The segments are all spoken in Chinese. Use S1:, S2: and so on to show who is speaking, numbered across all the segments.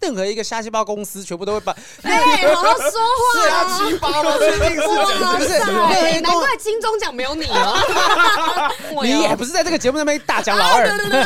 S1: 任何一个瞎鸡巴公司全部都会 把，
S2: 哎，好好说
S3: 是
S2: 话
S3: 啊，
S2: 啊！
S3: 奇葩吗？最近是
S2: 哇
S3: 讲
S1: 不是
S2: 塞，
S1: 对
S2: 难怪金钟奖没有你啊！
S1: 哦你也不是在这个节目上面大讲老
S2: 啊
S1: 二
S2: 对。对对，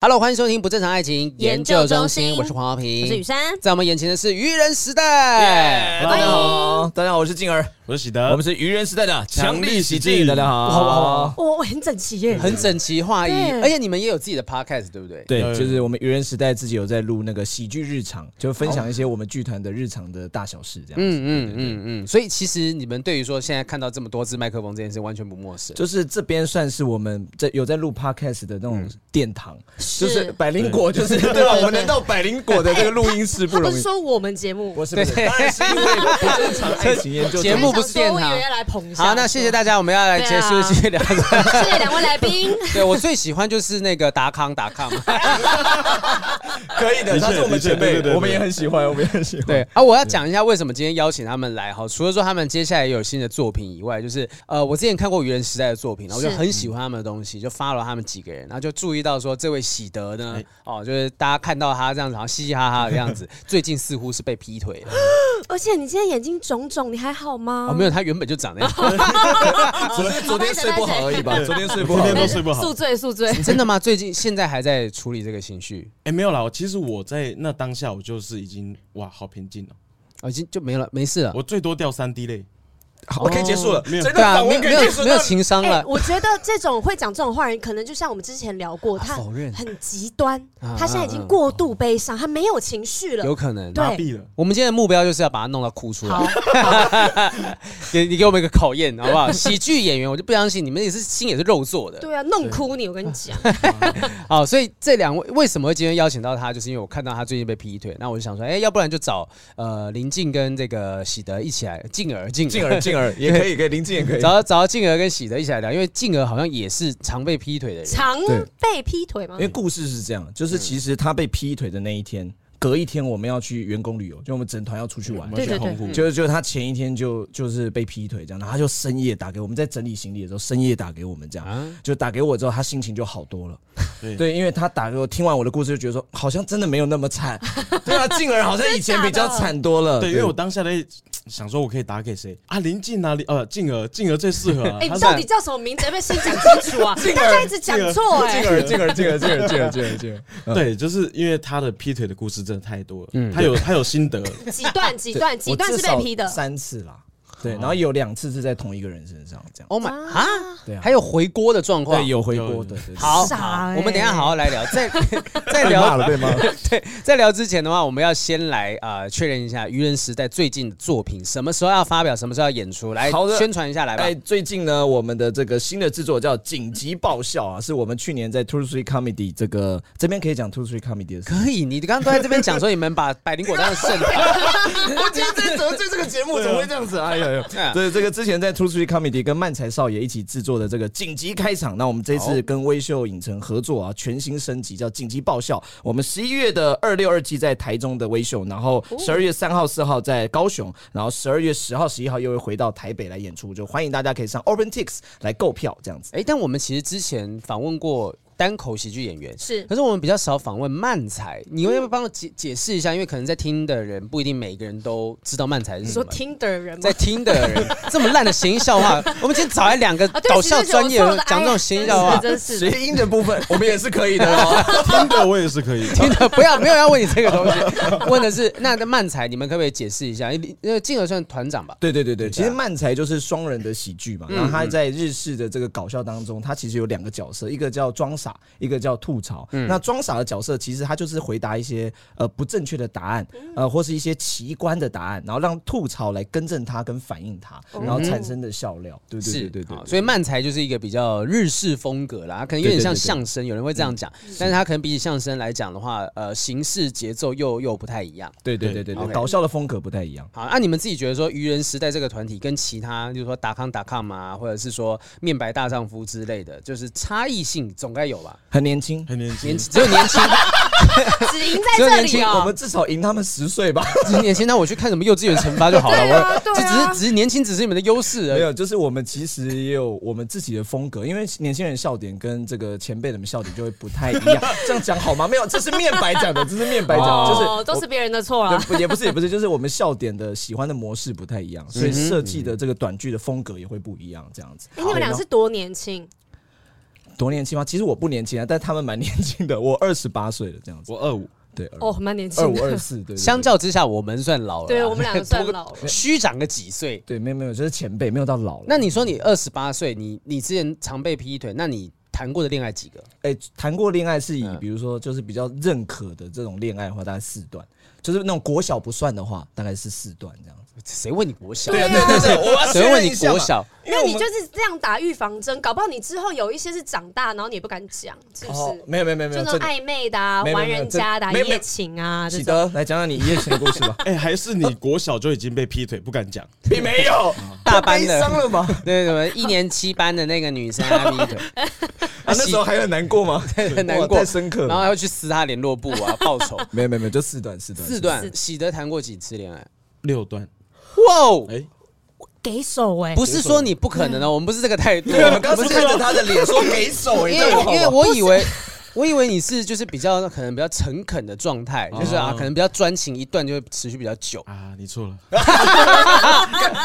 S1: Hello，欢迎收听不正常爱情研究中
S2: 研究中
S1: 心，
S2: 心
S1: 我是黄浩平，
S2: 我是雨珊，
S1: 在我们眼前的是愚人时代。哦
S3: 大家好，大家好，我是静儿，
S4: 我是喜
S3: 我
S4: 德
S3: 们，是愚人时代的
S4: 呃强力喜剧
S3: 大家好，
S4: 好好
S2: 哇 我很整齐耶，
S1: 很整齐划一
S2: 对，
S1: 而且你们也有自己的 podcast，对不对？
S3: 对，
S4: 对
S3: 就是我们愚人时代自己有在录那个喜剧日常，就分享一些我们剧团的日常的大小事，这样。
S1: 嗯嗯嗯嗯，所以其实你们对于说现在看到这么多支麦克风这件事完全不陌生。
S3: 就是这边算是我们在有在录 podcast 的那
S4: 嗯
S3: 种殿堂，就是百灵果，就是对吧？我们能到百灵果的这个录音室不
S2: 他不
S3: 容
S2: 是
S3: 易，
S2: 说我们节目，
S3: 我是不是？
S1: 对
S3: 当然是因为不正常爱情研究
S1: 节目不是殿堂
S2: 我以为要来捧一下。
S1: 好，那谢谢大家，我们要来结束
S2: 对啊
S1: 今天聊。
S2: 谢谢两位来宾。
S1: 对我最喜欢就是那个达康达康。
S3: 可以的，
S4: 的确
S3: 他是我们前
S4: 的确
S3: 辈
S4: 对对，对
S3: 我们也很喜欢，我们也很喜欢。
S1: 对啊，我要讲一下为什么今天邀请他们来哈。除了说他们接下来也有新的作品以外，就是呃，我之前看过愚人时代的作品，然后我就是嗯很喜欢他们的东西，就 follow 他们几个人，然后就注意到说这位喜德呢，哦，就是大家看到他这样子，然后嘻嘻哈哈的样 子，最近似乎是被劈腿了。
S2: 而且你今天眼睛肿肿，你还好吗？哦
S1: 哦，没有，他原本就长那样。
S3: 昨天昨天睡不好而已吧，昨天睡不好
S4: 昨。天都睡不好
S2: 哎宿醉宿醉。
S1: 真的吗？最近现在还在处理这个情绪，
S4: 哎，没有啦，我其实我在那当下我就是已经哇，好平静哦，
S1: 哦，已经就没了，没事了。
S4: 我最多掉三滴泪，
S3: 好，可以结束了，
S4: 没有
S3: 这
S1: 对
S3: 段
S1: 啊，
S3: 访
S1: 没有
S3: 问可
S1: 没
S3: 以结
S1: 有
S3: 束
S1: 没有
S3: 了。
S1: 情商
S2: 哎、
S1: 了。
S2: 我觉得这种会讲这种话的人，可能就像我们之前聊过，他
S1: 否认
S2: 很极端
S1: 啊，
S2: 他现在已经过度悲伤，他没有情绪了
S1: 有。可能。
S2: 对
S4: 麻痹了。
S1: 我们今天的目标就是要把他弄到哭出
S2: 好
S1: 来。给 你给我们一个考验，好不 好？喜剧演员，我就不相信你们也是心也是肉做的。
S2: 对啊，弄哭你，我跟你讲，
S1: 好，所以这两位为什么会今天邀请到他，就是因为我看到他最近被劈腿，那我就想说，哎、要不然就找呃林静跟这个喜德一起来，静儿静
S3: 静儿，静儿也可以，可以，林静也可 以。
S1: 找找静儿跟喜德一起来聊，因为静儿好像也是常被劈腿的人。
S2: 常啊
S3: 对
S2: 被劈腿吗
S3: 因？为故事是这样，就是
S2: 嗯
S3: 其实他被劈腿的那一天，隔一天我们要去员工旅游，就我们整团要出去
S4: 我
S3: 玩。
S4: 们
S2: 对
S4: 去
S2: 对对
S4: 澎湖，
S3: 就就他前一天就就是被劈腿这样，然后他就深夜打给我们，在整理行李的时候深夜打给我们这样，
S1: 啊，
S3: 就打给我之后，他心情就好多了。
S4: 对
S3: 对，因为他打给我，听完我的故事就觉得说，好像真的没有那么惨。对啊，静儿好像以前比较惨多了。
S4: 对，因为我当下在想说，我可以打给谁啊？林静啊，林呃，静儿，静儿最适合啊。
S2: 哎、
S4: 她
S2: 你
S4: 是
S2: 到底叫什么名字？要不要先讲清 楚啊！大家一直讲错哎、
S3: 静儿，静儿，静儿，静儿，静儿，静儿，静儿。
S4: 对，就是因为她的劈腿的故事真的太多了，
S1: 嗯
S4: 她有她有心得，
S2: 几段几段几
S3: 我
S2: 段是
S3: 至
S2: 被
S3: 少
S2: 劈的，
S3: 三次啦。对，然后有两次是在同一个人身上，这样。
S1: Oh my 啊，
S3: 对啊
S1: 还有回锅的状况
S3: 对，。有回
S4: 有
S3: 锅的。对对
S1: 好，
S2: 傻欸
S1: 我们等一下好好来聊。 在在
S3: 被骂
S1: 聊
S3: 了，对吗？
S1: 对，在聊之前的话，我们要先来啊确认一下愚人时代最近的作品，什么时候要发表，什么时候要演出，来
S3: 好的
S1: 宣传一下来吧
S3: 哎，。最近呢，我们的这个新的制作叫《紧急爆笑》啊，是我们去年在 Two Three Comedy 这个这边可以讲 Two Three Comedy 的事。
S1: 可以，你刚刚都在这边讲说你们把百灵果当成 圣堂，
S3: 我今天这怎么 对这个节目怎么会这样子？哎呦呦！对，这个之前在 Two Three Comedy 跟漫才少爷一起制作的这个紧急开场，那我们这次跟微秀影城合作啊，全新升级叫紧急爆笑。我们十一月的二六二季在台中的微秀，然后十二月三号、四号在高雄，然后十二月十号、十一号又会回到台北来演出，就欢迎大家可以上 OpenTix 来购票这样子。
S1: 哎，但我们其实之前访问过单口喜剧演员。
S2: 是
S1: 可是我们比较少访问漫才，你会不会帮我解解释一下？因为可能在听的人不一定每个人都知道漫才是
S2: 你
S1: 什
S2: 说
S1: 么。
S2: 听的 人吗
S1: 在？听的人这么烂的谐音笑 话，我们今天找来两个
S2: 啊，对
S1: 搞
S2: 不起，
S1: 笑
S2: 对不起
S1: 专业
S2: 我
S1: 的
S2: 错了
S1: 讲这种谐音笑
S2: 哎
S3: 啊
S1: 话，
S2: 真是的真是的
S3: 谐音的部分我们也是可以的哦。
S4: 听的我也是可以。
S1: 听的不要没有要问你这个东西， 问的是那那漫才，你们可不可以解释一下？因为因为进而算团长吧，
S3: 对对对对，其实漫才就是双人的喜剧嘛。然后他在日式的这个搞笑当中，他其实有两个角色，一个叫装傻，一个叫吐槽。那装傻的角色其实他就是回答一些呃不正确的答案，呃或是一些奇观的答案，然后让吐槽来更正他跟反映他，然后产生的笑料。对对对对对
S1: 好。所以漫才就是一个比较日式风格啦，可能有点像相声，有人会这样讲，但是他可能比起相声来讲的话，呃，形式节奏又又不太一样。
S3: 对对对对对，搞笑的风格不太一样。
S1: 好，那、你们自己觉得说愚人时代这个团体跟其他，就是说达康达康啊，或者是说面白大丈夫之类的，就是差异性总该有九吧，
S3: 很年轻。
S4: 很年轻
S1: 年，只有年轻，
S2: 只赢
S1: 只有
S2: 在这
S1: 年
S2: 里
S1: 轻
S3: 我
S2: 哦。
S3: 们至少赢他们十岁吧。
S1: 只是年轻。那我去看什么幼稚园惩罚就好了。
S2: 对啊
S1: 我
S2: 对啊
S1: 这只是只是年轻，只是你们的优势而
S3: 没
S1: 已。
S3: 有，就是我们其实也有我们自己的风格，因为年轻人笑点跟这个前辈们笑点就会不太一 样。这样讲好吗？没有，这是面白讲的，这是面白讲的，就是
S2: 哦，都是别人的错啦。
S3: 对不也不是也不是，就是我们笑点的喜欢的模式不太一样，
S2: 嗯
S3: 所以设计的这个短剧的风格也会不一样，这样子。
S2: 哎，你们俩是多年
S3: 嗯
S2: 轻？
S3: 多年轻吗？其实我不年轻啊，但他们蛮年轻的，我二十八岁了，这样子。
S4: 我二五，。
S3: 对，
S2: 哦，蛮年
S3: 二
S2: 轻
S3: 五
S2: 的。
S3: 二四，对对对
S1: 相较之下，我们算老了啊。
S2: 对我们两个算
S1: 多个
S2: 老了
S1: 虚长个几岁。
S3: 对，没有没有，就是前辈，没有到老了。
S1: 那你说你二十八岁，你你之前常被劈腿，那你谈过的恋爱几个？
S3: 哎，谈过恋爱是以
S1: 嗯
S3: 比如说就是比较认可的这种恋爱的话，大概四段，就是那种国小不算的话，大概是四段这样子。
S1: 谁问你国小？
S2: 对啊对对
S3: 对我要
S1: 谁
S3: 确
S1: 问
S3: 认
S1: 你
S3: 一下嘛
S1: 国小？
S2: 那你就是这样打预防针，搞不好你之后有一些是长大，然后你也不敢讲，是不
S3: 哦
S2: 是，？
S3: 没有没有没有没
S2: 就
S3: 有，
S2: 那
S3: 这
S2: 种暧昧的啊，
S3: 没有
S2: 玩
S3: 没有
S2: 人家的啊
S3: 这没
S2: 一
S3: 有没有
S2: 夜情啊这
S3: 喜
S2: 种。
S3: 德来讲讲你一夜情的故 事吧
S4: 哎，还是你国小就已经被劈腿，不敢讲，
S3: 并没有，
S1: 大班的
S3: 太悲伤了吧？ 啊，
S1: 对什么一年七班的那个女生啊，劈腿，
S3: 啊那时候还很难过 吗？
S1: 很难
S3: 哇
S1: 过，
S3: 太深刻了
S1: 然后还要去撕她联络簿啊，报 仇。
S3: 没有没有没有，就四段四段
S1: 四段，喜德谈过几次恋爱？
S4: 六段，
S1: 哇哦，
S4: 哎，
S2: 给手哎
S1: 不是说你不可能 哦，我们不是这个态度。
S3: 对，我们刚刚
S1: 不
S3: 是看着他的脸说给手，哎
S1: 因
S3: 这
S1: 为
S3: 样好
S1: 因为
S3: 吗？
S1: 我以为。 我以为你是就是比较可能比较诚恳的状态，
S3: 哦
S1: 就是啊，可能比较专情，一段就会持续比较久。
S4: 啊，你错了，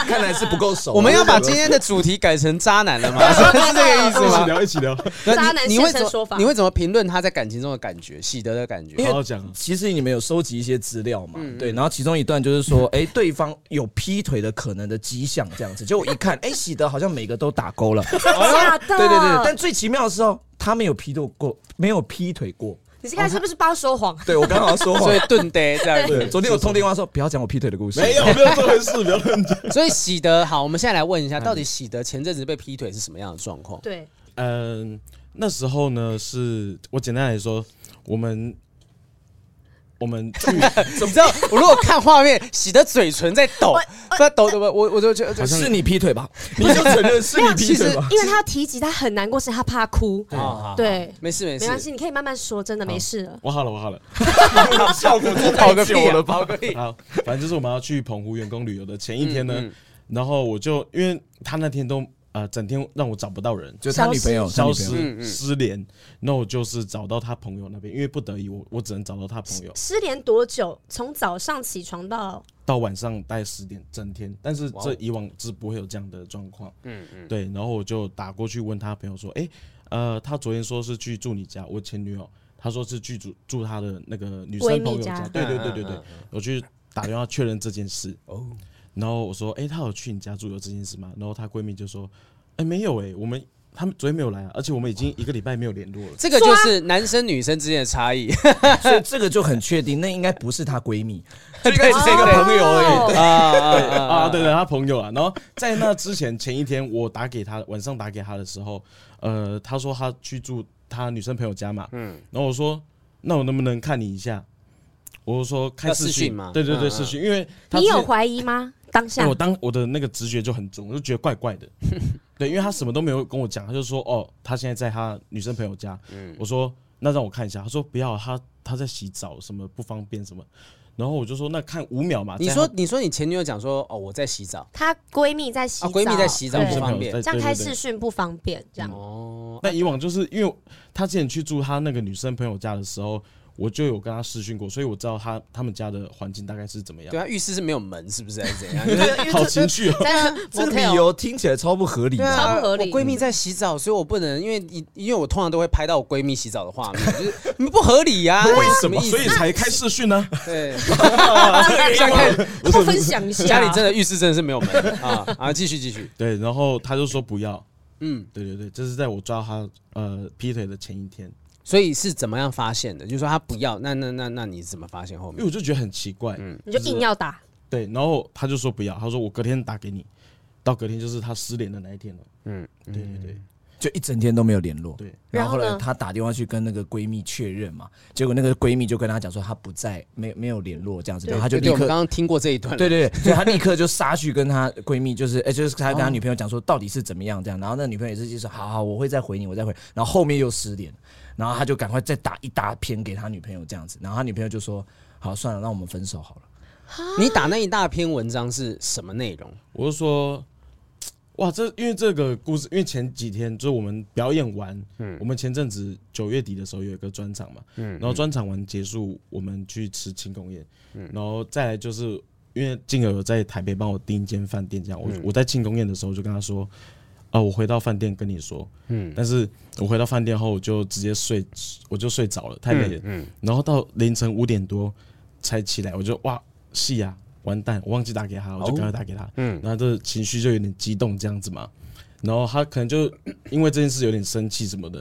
S3: 看来是不够 熟啊。
S1: 我们要把
S3: 这
S1: 今天的主题改成渣男了 吗？是这个意思
S4: 哎一起
S1: 吗？
S4: 聊，一起聊，
S1: 那你
S2: 渣男
S1: 你会
S2: 现身
S1: 怎么
S2: 说法
S1: 你会怎么评论他在感情中的感觉，喜得的感觉？
S4: 好好讲，啊
S3: 其实你们有收集一些资料嘛？对，然后其中一段就是说，哎，对方有劈腿的可能的迹象，这样子。结果一看，哎，喜德好像每个都打勾了。
S2: 假的。
S3: 对对对对，但最奇妙的是哦，他没有劈腿过，没有劈腿过。
S2: 你是刚才是不是帮说谎？
S3: 对我刚好 说
S1: 所以顿呆这样
S3: 对，
S1: 子。
S3: 昨天我通电话说不要讲我劈腿的故事。
S4: 没有，没有这回事，不要乱讲。
S1: 所以喜得好，我们现在来问一下，到底喜得前阵子被劈腿是什么样的状况？
S2: 对，
S4: 嗯，那时候呢，是我简单来说，我们我们 去
S1: 你知道，我如果看画面，喜得嘴唇在
S2: 呃
S1: 抖，在抖抖抖，我我就觉得
S3: 是你劈腿吧？你就承认是你劈腿吧？
S2: 因为他要提及他很难过，是他怕哭。
S1: 啊，
S2: 对，
S1: 没事没
S2: 没关系，
S1: 事，
S2: 你可以慢慢说，真的没事了。
S4: 我好了，我好了，
S3: 效果真的
S1: 跑
S3: 太
S1: 个屁
S3: 久
S1: 啊
S3: 了吧？
S1: 跑个屁！
S4: 好，反正就是我们要去澎湖员工旅游的前一天呢，
S1: 嗯嗯
S4: 然后我就因为他那天都呃整天让我找不到人，
S3: 就他女朋友，他
S4: 消
S3: 女朋友
S1: 嗯嗯
S4: 失失联，那我就是找到他朋友那边，因为不得已我我只能找到他朋友，
S2: 失联多久？从早上起床到
S4: 到晚上大概十点整天，但是
S1: 哦
S4: 这以往是不会有这样的状况，嗯嗯，对，然后我就打过去问他朋友说，诶，呃，他昨天说是去住你家，我前女友，他说是去住住他的那个女生朋
S2: 闺
S4: 友
S2: 蜜家
S4: 对对对
S1: 嗯嗯
S4: 对对
S1: 嗯，
S4: 我去打电话确认这件事，
S1: 哦，
S4: 然后我说，诶，她有去你家住有这件事吗？然后她闺蜜就说，诶，没有诶，我们他们昨天没有来啊，而且我们已经一个礼拜没有联络了。
S1: 这个就是男生女生之间的差 异，
S3: 所以这个就很确定，那应该不是她闺蜜，
S1: 对
S3: 应该只是
S2: 哦
S3: 一个朋友而
S2: 已。
S1: 啊啊
S4: 啊，对对，他朋友啊。然后在那之前前一天，我打给他，晚上打给他的时候，呃，他说他去住他女生朋友家嘛，嗯，然后我说，那我能不能看你一下？我就说开
S1: 要
S4: 视
S1: 视
S4: 讯
S1: 讯嘛
S4: 对对对，
S1: 嗯
S4: 视讯，因为他
S2: 你
S4: 之
S2: 有
S4: 前
S2: 怀疑吗？当
S4: 因
S2: 下
S4: 为我当我的那个直觉就很重，我就觉得怪 怪的，对，因为他什么都没有跟我讲，他就说哦，他现在在他女生朋友家，
S1: 嗯
S4: 我说那让我看一下，他说不要，他他在洗澡，什么不方便什么，然后我就说那看五秒嘛，
S1: 你
S4: 在
S1: 说
S4: 他
S1: 你说你前女友讲说哦我在洗澡
S2: 她闺蜜在洗
S1: 啊，
S2: 澡，
S1: 闺蜜在洗澡
S2: 对
S1: 不方
S4: 对
S1: 便
S2: 这样开视
S4: 对
S2: 讯不方便，这样。
S1: 哦，
S4: 那以往就是因为他之前去住他那个女生朋友家的时候，我就有跟他试训过，所以我知道他他们家的环境大概是怎么样
S1: 对。啊，浴室是没有门是不是还是怎样？
S4: 好情绪 哦，
S2: 但是
S3: 这个理由听起来超不合理
S1: 对
S3: 的。
S1: 啊，
S2: 超合理
S1: 我闺蜜在洗澡，所以我不能，因为因因为我通常都会拍到我闺蜜洗澡的画 面，就是你们不合理呀、啊。
S4: 为什么？
S1: 意思
S4: 所以才开试训呢？
S1: 对，
S2: 想
S1: 看
S2: 多分享一 下，
S1: 家里真的浴室真的是没有门 啊啊！继续继续，
S4: 对，然后他就说不要。
S1: 嗯，
S4: 对对对，这是在我抓他呃劈腿的前一天，
S1: 所以是怎么样发现的？就是说她不要，那那那那你怎么发现后
S4: 因为
S1: 面？
S4: 我就觉得很奇怪。
S1: 嗯
S2: 你就硬要打，
S4: 对，然后他就说不要，他说我隔天打给你，到隔天就是他失联的那一天了。嗯，对对对，
S3: 就一整天都没有联络。
S4: 对，
S3: 然后后
S2: 然后
S3: 来
S2: 呢
S3: 她打电话去跟那个闺蜜确认嘛，结果那个闺蜜就跟她讲说她不在，没没有联络这样子，然后她就
S1: 对，
S3: 立
S1: 我们
S3: 刻
S1: 刚刚听过这一段，
S3: 对对对，所以他立刻就杀去跟他闺蜜，就是哎、就是他跟他女朋友讲说到底是怎么样这样，然后那女朋友也是就是好好，我会再回你，我再回，然后后面又失联，然后他就赶快再打一大篇给他女朋友这样子，然后他女朋友就说好算了，让我们分手好了。
S1: 你打那一大篇文章是什么内容？
S4: 我就说，哇，这因为这个故事，因为前几天就是我们表演完，我们前阵子九月底的时候有一个专场嘛，然后专场完结束，我们去吃庆功宴，然后再来就是因为静儿有在台北帮我订一间饭店，这样我、我在庆功宴的时候就跟他说。啊，我回到饭店跟你说，嗯，但是我回到饭店后我就直接睡，我就睡着了，太累了，嗯，然后到凌晨五点多才起来，我就哇，是呀、啊完蛋，我忘记打给他了，我就赶快打给他，嗯，然后这情绪就有点激动这样子嘛，然后他可能就因为这件事有点生气什么的，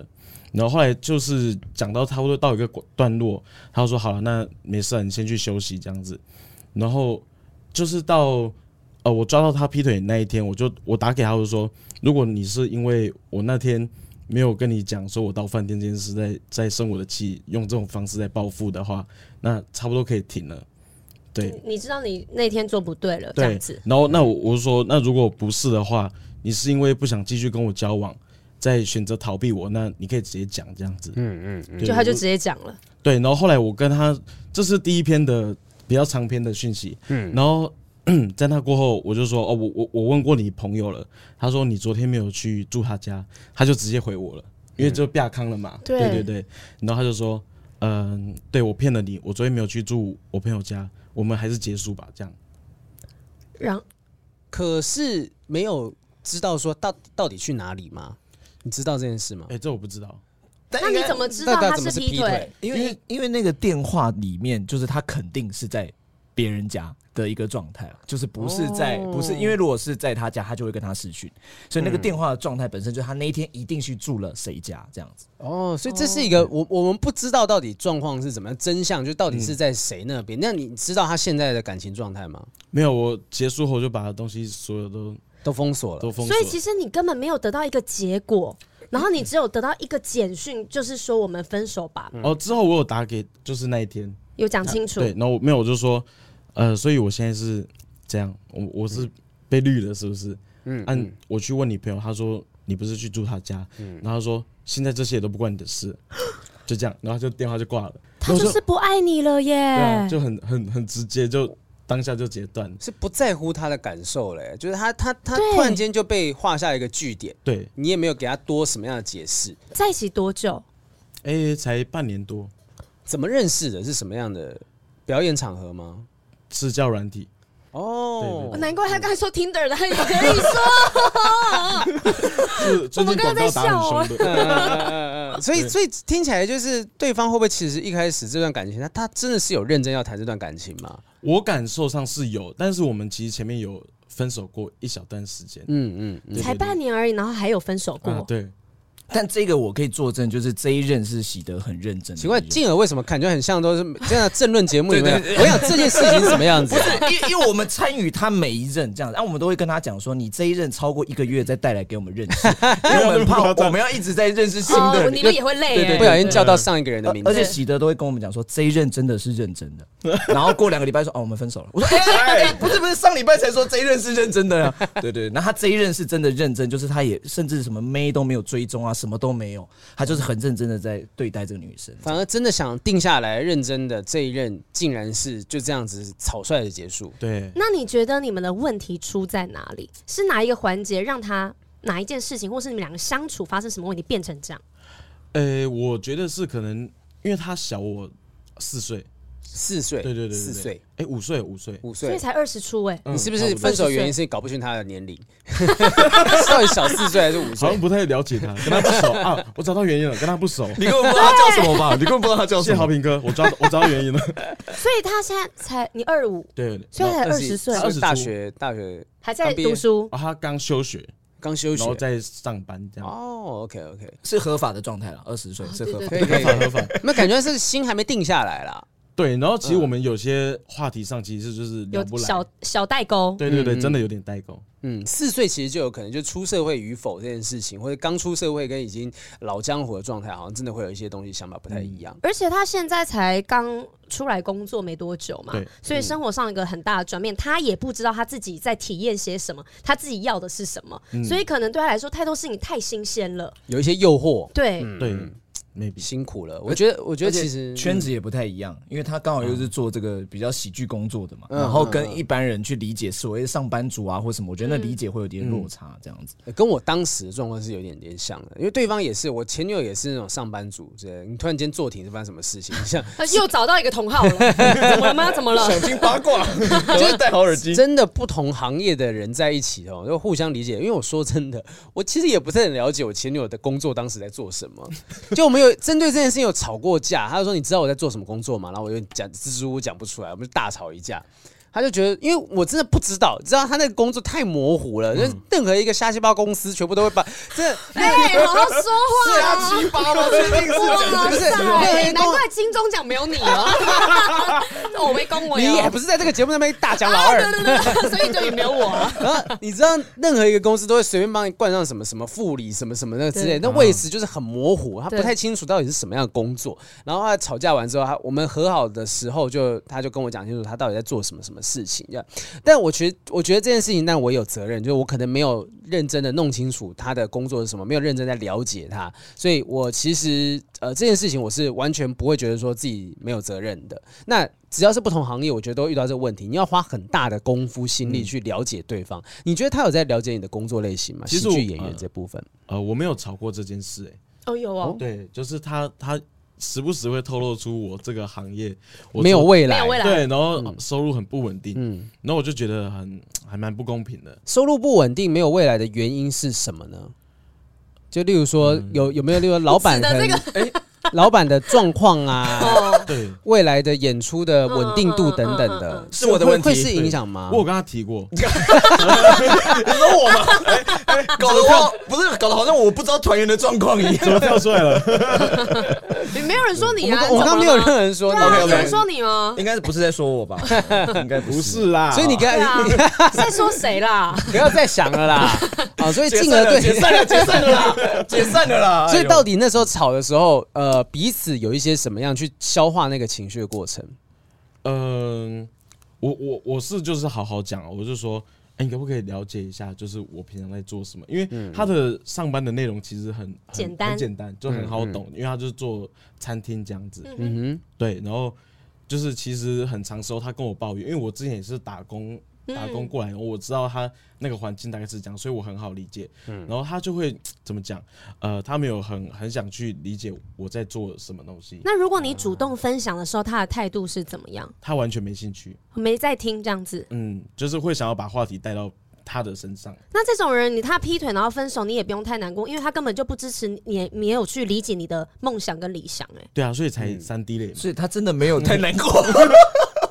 S4: 然后后来就是讲到差不多到一个段落，他就说好了，那没事啊了，你先去休息这样子，然后就是到呃我抓到他劈腿那一天，我就我打给他我就说，如果你是因为我那天。没有跟你讲说我到饭店这件事在在生我的气，用这种方式在报复的话，那差不多可以停了。对，
S2: 你知道你那天做不对了，这
S4: 对
S2: 样，子。
S4: 然后那我我就说，那如果不是的话，你是因为不想继续跟我交往，再选择逃避我，那你可以直接讲这样子。嗯嗯，
S2: 就他就直接讲了，
S4: 对。然后后来我跟他，这是第一篇的比较长篇的讯息。嗯，然后在那过后，我就说哦，我我我问过你朋友了，他说你昨天没有去住他家，他就直接回我了，因为就亚康了嘛。
S2: 对
S4: 对对对，然后他就说，嗯、对我骗了你，我昨天没有去住我朋友家，我们还是结束吧，这样。
S2: 然后
S1: 可是没有知道说到到底去哪里吗？你知道这件事吗？
S4: 哎、这我不知道。
S3: 但
S2: 那
S3: 应
S2: 你
S3: 该
S2: 怎么知道
S1: 那
S2: 他
S1: 怎么是劈
S2: 劈
S1: 腿
S2: 腿？
S3: 因为因为那个电话里面，就是他肯定是在别人家的一个状态啊，就是不是在、
S1: 哦
S3: 不是因为如果是在他家，他就会跟他视讯，所以那个电话的状态本身就是他那一天一定去住了谁家这样子。
S1: 哦，所以这是一个我我们不知道到底状况是怎么样，真相就到底是在谁那边。那你知道他现在的感情状态吗？
S4: 没有，我结束后就把东西所有都
S1: 都封锁了
S4: 都。封锁
S2: 呃所以。其实你根本没有得到一个结果，然后你只有得到一个简讯，就是说我们分手吧，
S4: 哦，之后我有打给，就是那一天，
S2: 有讲清楚
S4: 啊对，，然后我没有，我就说，呃，所以我现在是这样，我我是被绿了，是不是？嗯，按我去问你朋友，他说你不是去住他家，
S2: 嗯
S4: 然后他说现在这些也都不关你 的事，就这样，然后就电话就挂了，
S2: 他就是哎不爱你了
S4: 对啊，
S2: 耶。
S4: 就很很很直接，就当下就截断，
S1: 是不在乎他的感受嘞，就是他他他
S2: 对
S1: 突然间就被画下一个句点，
S4: 对，
S1: 你也没有给他多什么样的解释，
S2: 在一起多久？
S4: 哎、才半年多，
S1: 怎么认识的，是什么样的表演场合吗？
S4: 是叫软体，
S1: 哦，
S2: 难怪他刚才说 Tinder 的，他也可以说。啊
S4: 是最近广告打很凶的，
S1: 所以所以听起来就是对方会不会其实一开始这段感情，他他真的是有认真要谈这段感情吗？
S4: 我感受上是有，但是我们其实前面有分手过一小段时间，
S1: 嗯嗯，
S4: 对对
S2: 才
S4: 对
S2: 半年而已，然后还有分手过，
S4: 啊，对，
S3: 但这个我可以作证，就是这一任是喜得很认真的一任。
S1: 奇怪，静儿为什么感觉很像都是这样的政论节 目里面？
S3: 对对
S1: 我想这件事情是什么样子啊
S3: 不？是，因因 为我们参与他每一任这样子，然、啊后我们都会跟他讲说，你这一任超过一个月再带来给我们认 识，因为我们怕 我们要一直在认识新的
S2: 哦，
S3: 人。
S2: 你们也会累
S3: 对对
S2: 耶。
S1: 不小心叫到上一个人的名字，
S4: 呃
S3: 而且喜德都会跟我们讲说，这一任真的是认真 的。然后过两个礼拜说，哦，我们分手了。我 说，哎、不是不是，上礼拜才说这一任是认真的呀、对对，那他这一任是真的认真，就是他也甚至什么妹都没有追踪啊，什么都没有，他就是很认真的在对待这个女生。
S1: 反而真的想定下来、认真的这一任，竟然是就这样子草率的结束。
S4: 对，
S2: 那你觉得你们的问题出在哪里？是哪一个环节让他哪一件事情，或是你们两个相处发生什么问题变成这样？
S4: 呃，我觉得是可能因为他小我四岁，
S1: 四岁，
S4: 对对对对，
S1: 四岁，，
S4: 哎，五岁五岁，
S1: 五
S2: 所以
S1: 岁。
S2: 才二十出哎、
S1: 你是不
S4: 嗯
S1: 是
S4: 差不多
S1: 分手原因是搞不清他的年龄？ 到底小四岁还是五
S4: 好
S1: 岁
S4: 像？不太了解他，跟他不熟啊，我找到原因了，跟他不熟。
S3: 你根本不知道他叫什么吧？你根本不知道他叫
S4: 谢谢好评哥，我抓我找到原因了。
S2: 所以他现在才你二五，
S4: 对，
S2: 所以他才二十
S1: 21
S2: 岁
S1: 是
S4: 二十出
S1: 大学大学
S2: 还在
S1: 刚毕业
S2: 读书，
S4: 啊，他刚休学，
S1: 刚休
S4: 然后
S1: 学。
S4: 在上班这样，
S1: 哦，OK OK，
S3: 是合法的状态了，二十岁是合法
S2: 对
S3: 的。
S1: 可以可以
S4: 合法合法。
S1: 那感觉是心还没定下来啦。
S4: 对，然后其实我们有些话题上其实就是聊不
S2: 有
S4: 来，
S2: 小小代沟，
S4: 对对对，
S1: 嗯
S4: 真的有点代沟。
S1: 嗯，四岁其实就有可能就出社会与否这件事情，或者刚出社会跟已经老江湖的状态，好像真的会有一些东西想法不太一
S4: 嗯
S1: 样。
S2: 而且他现在才刚出来工作没多久嘛
S4: 对，
S2: 所以生活上一个很大的转变，他也不知道他自己在体验些什么，他自己要的是什么，所以可能对他来说太多事情太新鲜了。
S1: 有一些诱惑，
S2: 对，
S4: 对，maybe
S1: 辛苦
S4: 嗯
S1: 了。我觉得，我觉得其实
S3: 圈子也不太一样，因为他刚好又是做这个比较喜剧工作的嘛，
S1: 嗯
S3: 然后跟一般人去理解所谓上班族啊或什么，我觉得那理解会有点落差，这样子。
S1: 呃跟我当时的状况是有点点像的，因为对方也是我前女友，也是那种上班族之类的。你突然间坐停是发生什么事 情？像
S2: 他又找到一个同好了，怎么了吗？怎么了？
S3: 听八卦，就是戴好耳机。
S1: 真的不同行业的人在一起哦，就互相理解。因为我说真的，我其实也不是很了解我前女友的工作当时在做什么。 就我们有针对这件事情有吵过架，她就说你知道我在做什么工作吗？然后我就讲支支吾吾讲不出来，我们就大吵一架。她就觉得，因为我真的不知道，知道她那个工作太模糊了，就是任何一个瞎鸡巴公司全部都会把这
S2: 哎，好好说话啊！
S3: 七八吗？确定是
S2: 哇
S1: 不是
S2: 塞，
S1: 对
S2: 难怪金钟奖没有你了， 我没恭维
S1: 你
S2: 哦，
S1: 也不是在这个节目上面大讲老二，
S2: 对对对， 所以就也没有我了。
S1: 然后你知道任何一个公司都会随便帮你冠上什么什么副理什么什么那个之类，那位置就是很模糊，他不太清楚到底是什么样的工作。然后他吵架完之后，他我们和好的时候就他就跟我讲清楚他到底在做什么什么事情这样。但我觉得我觉得这件事情，但我有责任，就是我可能没有认真的弄清楚他的工作是什么，没有认真在了解他，所以我其实呃这件事情我是完全不会觉得说自己没有责任的。那只要是不同行业，我觉得都会遇到这个问题，你要花很大的功夫心力去了解对方。你觉得他有在了解你的工作类型吗？
S4: 其
S1: 喜
S4: 实我
S1: 剧演员这部分，
S4: 呃，我没有吵过这件事、欸，
S2: 哦，有哦，
S4: 对，就是他他时不时会透露出我这个行业我
S1: 呃没有
S4: 做
S1: 未
S2: 没
S1: 来
S2: 有，未来，
S4: 对，然后收入很不稳定，
S1: 嗯，
S4: 然后我就觉得很还蛮不公平的。
S1: 收入不稳定，没有未来的原因是什么呢？就例如说，有有没有例如老板
S2: 指的
S1: 可能哎，老板的状况啊，
S2: 哦，
S4: 对，
S1: 未来的演出的稳定度等等
S2: 嗯嗯嗯
S1: 的
S2: 嗯，
S3: 是我的问题
S1: 会会是影响吗
S4: 我？有跟他提过，
S3: 我吗？搞得我不是搞得好像我不知道团员的状况一样。
S4: 我跳出来了。
S2: 没有人说你
S1: 我们
S2: 啊，
S1: 刚我们刚没有任
S2: 人，
S1: 何人说
S2: 对
S1: 你，
S2: 啊，有
S3: OK，OK
S2: 人说你吗？
S3: 应该不是在说我吧？应该不
S4: 不是啦，
S1: 所以你跟
S2: 对啊
S1: 你，
S2: 在说谁啦？
S1: 不要再想了啦。啊，所以
S3: 解
S1: 进
S3: 散
S1: 而
S3: 了，
S1: 对，
S3: 解散了，解散了 啦，解散了啦。哎
S1: 所以到
S3: 底
S1: 底那时候吵的时候，呃，彼此有一些什么样去消化那个情绪的过程？
S4: 嗯，我我我是就是好好讲，我就说，哎、你可不可以了解一下，就是我平常在做什么？因为他的上班的内容其实很很
S2: 简单
S4: 很简单，就很好懂，因为他就是做餐厅这样子，
S1: 嗯
S4: 对，然后就是其实很长时候他跟我抱怨，因为我之前也是打工。嗯打工过来，我知道他那个环境大概是这样，所以我很好理解。然后他就会怎么讲？呃，他没有很很想去理解我在做什么东西，
S2: 那如果你主动分享的时候，他的态度是怎么样？
S4: 他完全没兴趣。
S2: 没在听这样子，
S4: 嗯，就是会想要把话题带到他的身上。
S2: 那这种人，你他劈腿然后分手，你也不用太难过，因为他根本就不支持你，也没有去理解你的梦想跟理想、 哎，
S4: 对啊，所以才三 D 类嘛
S3: 所以他真的没有 太难过，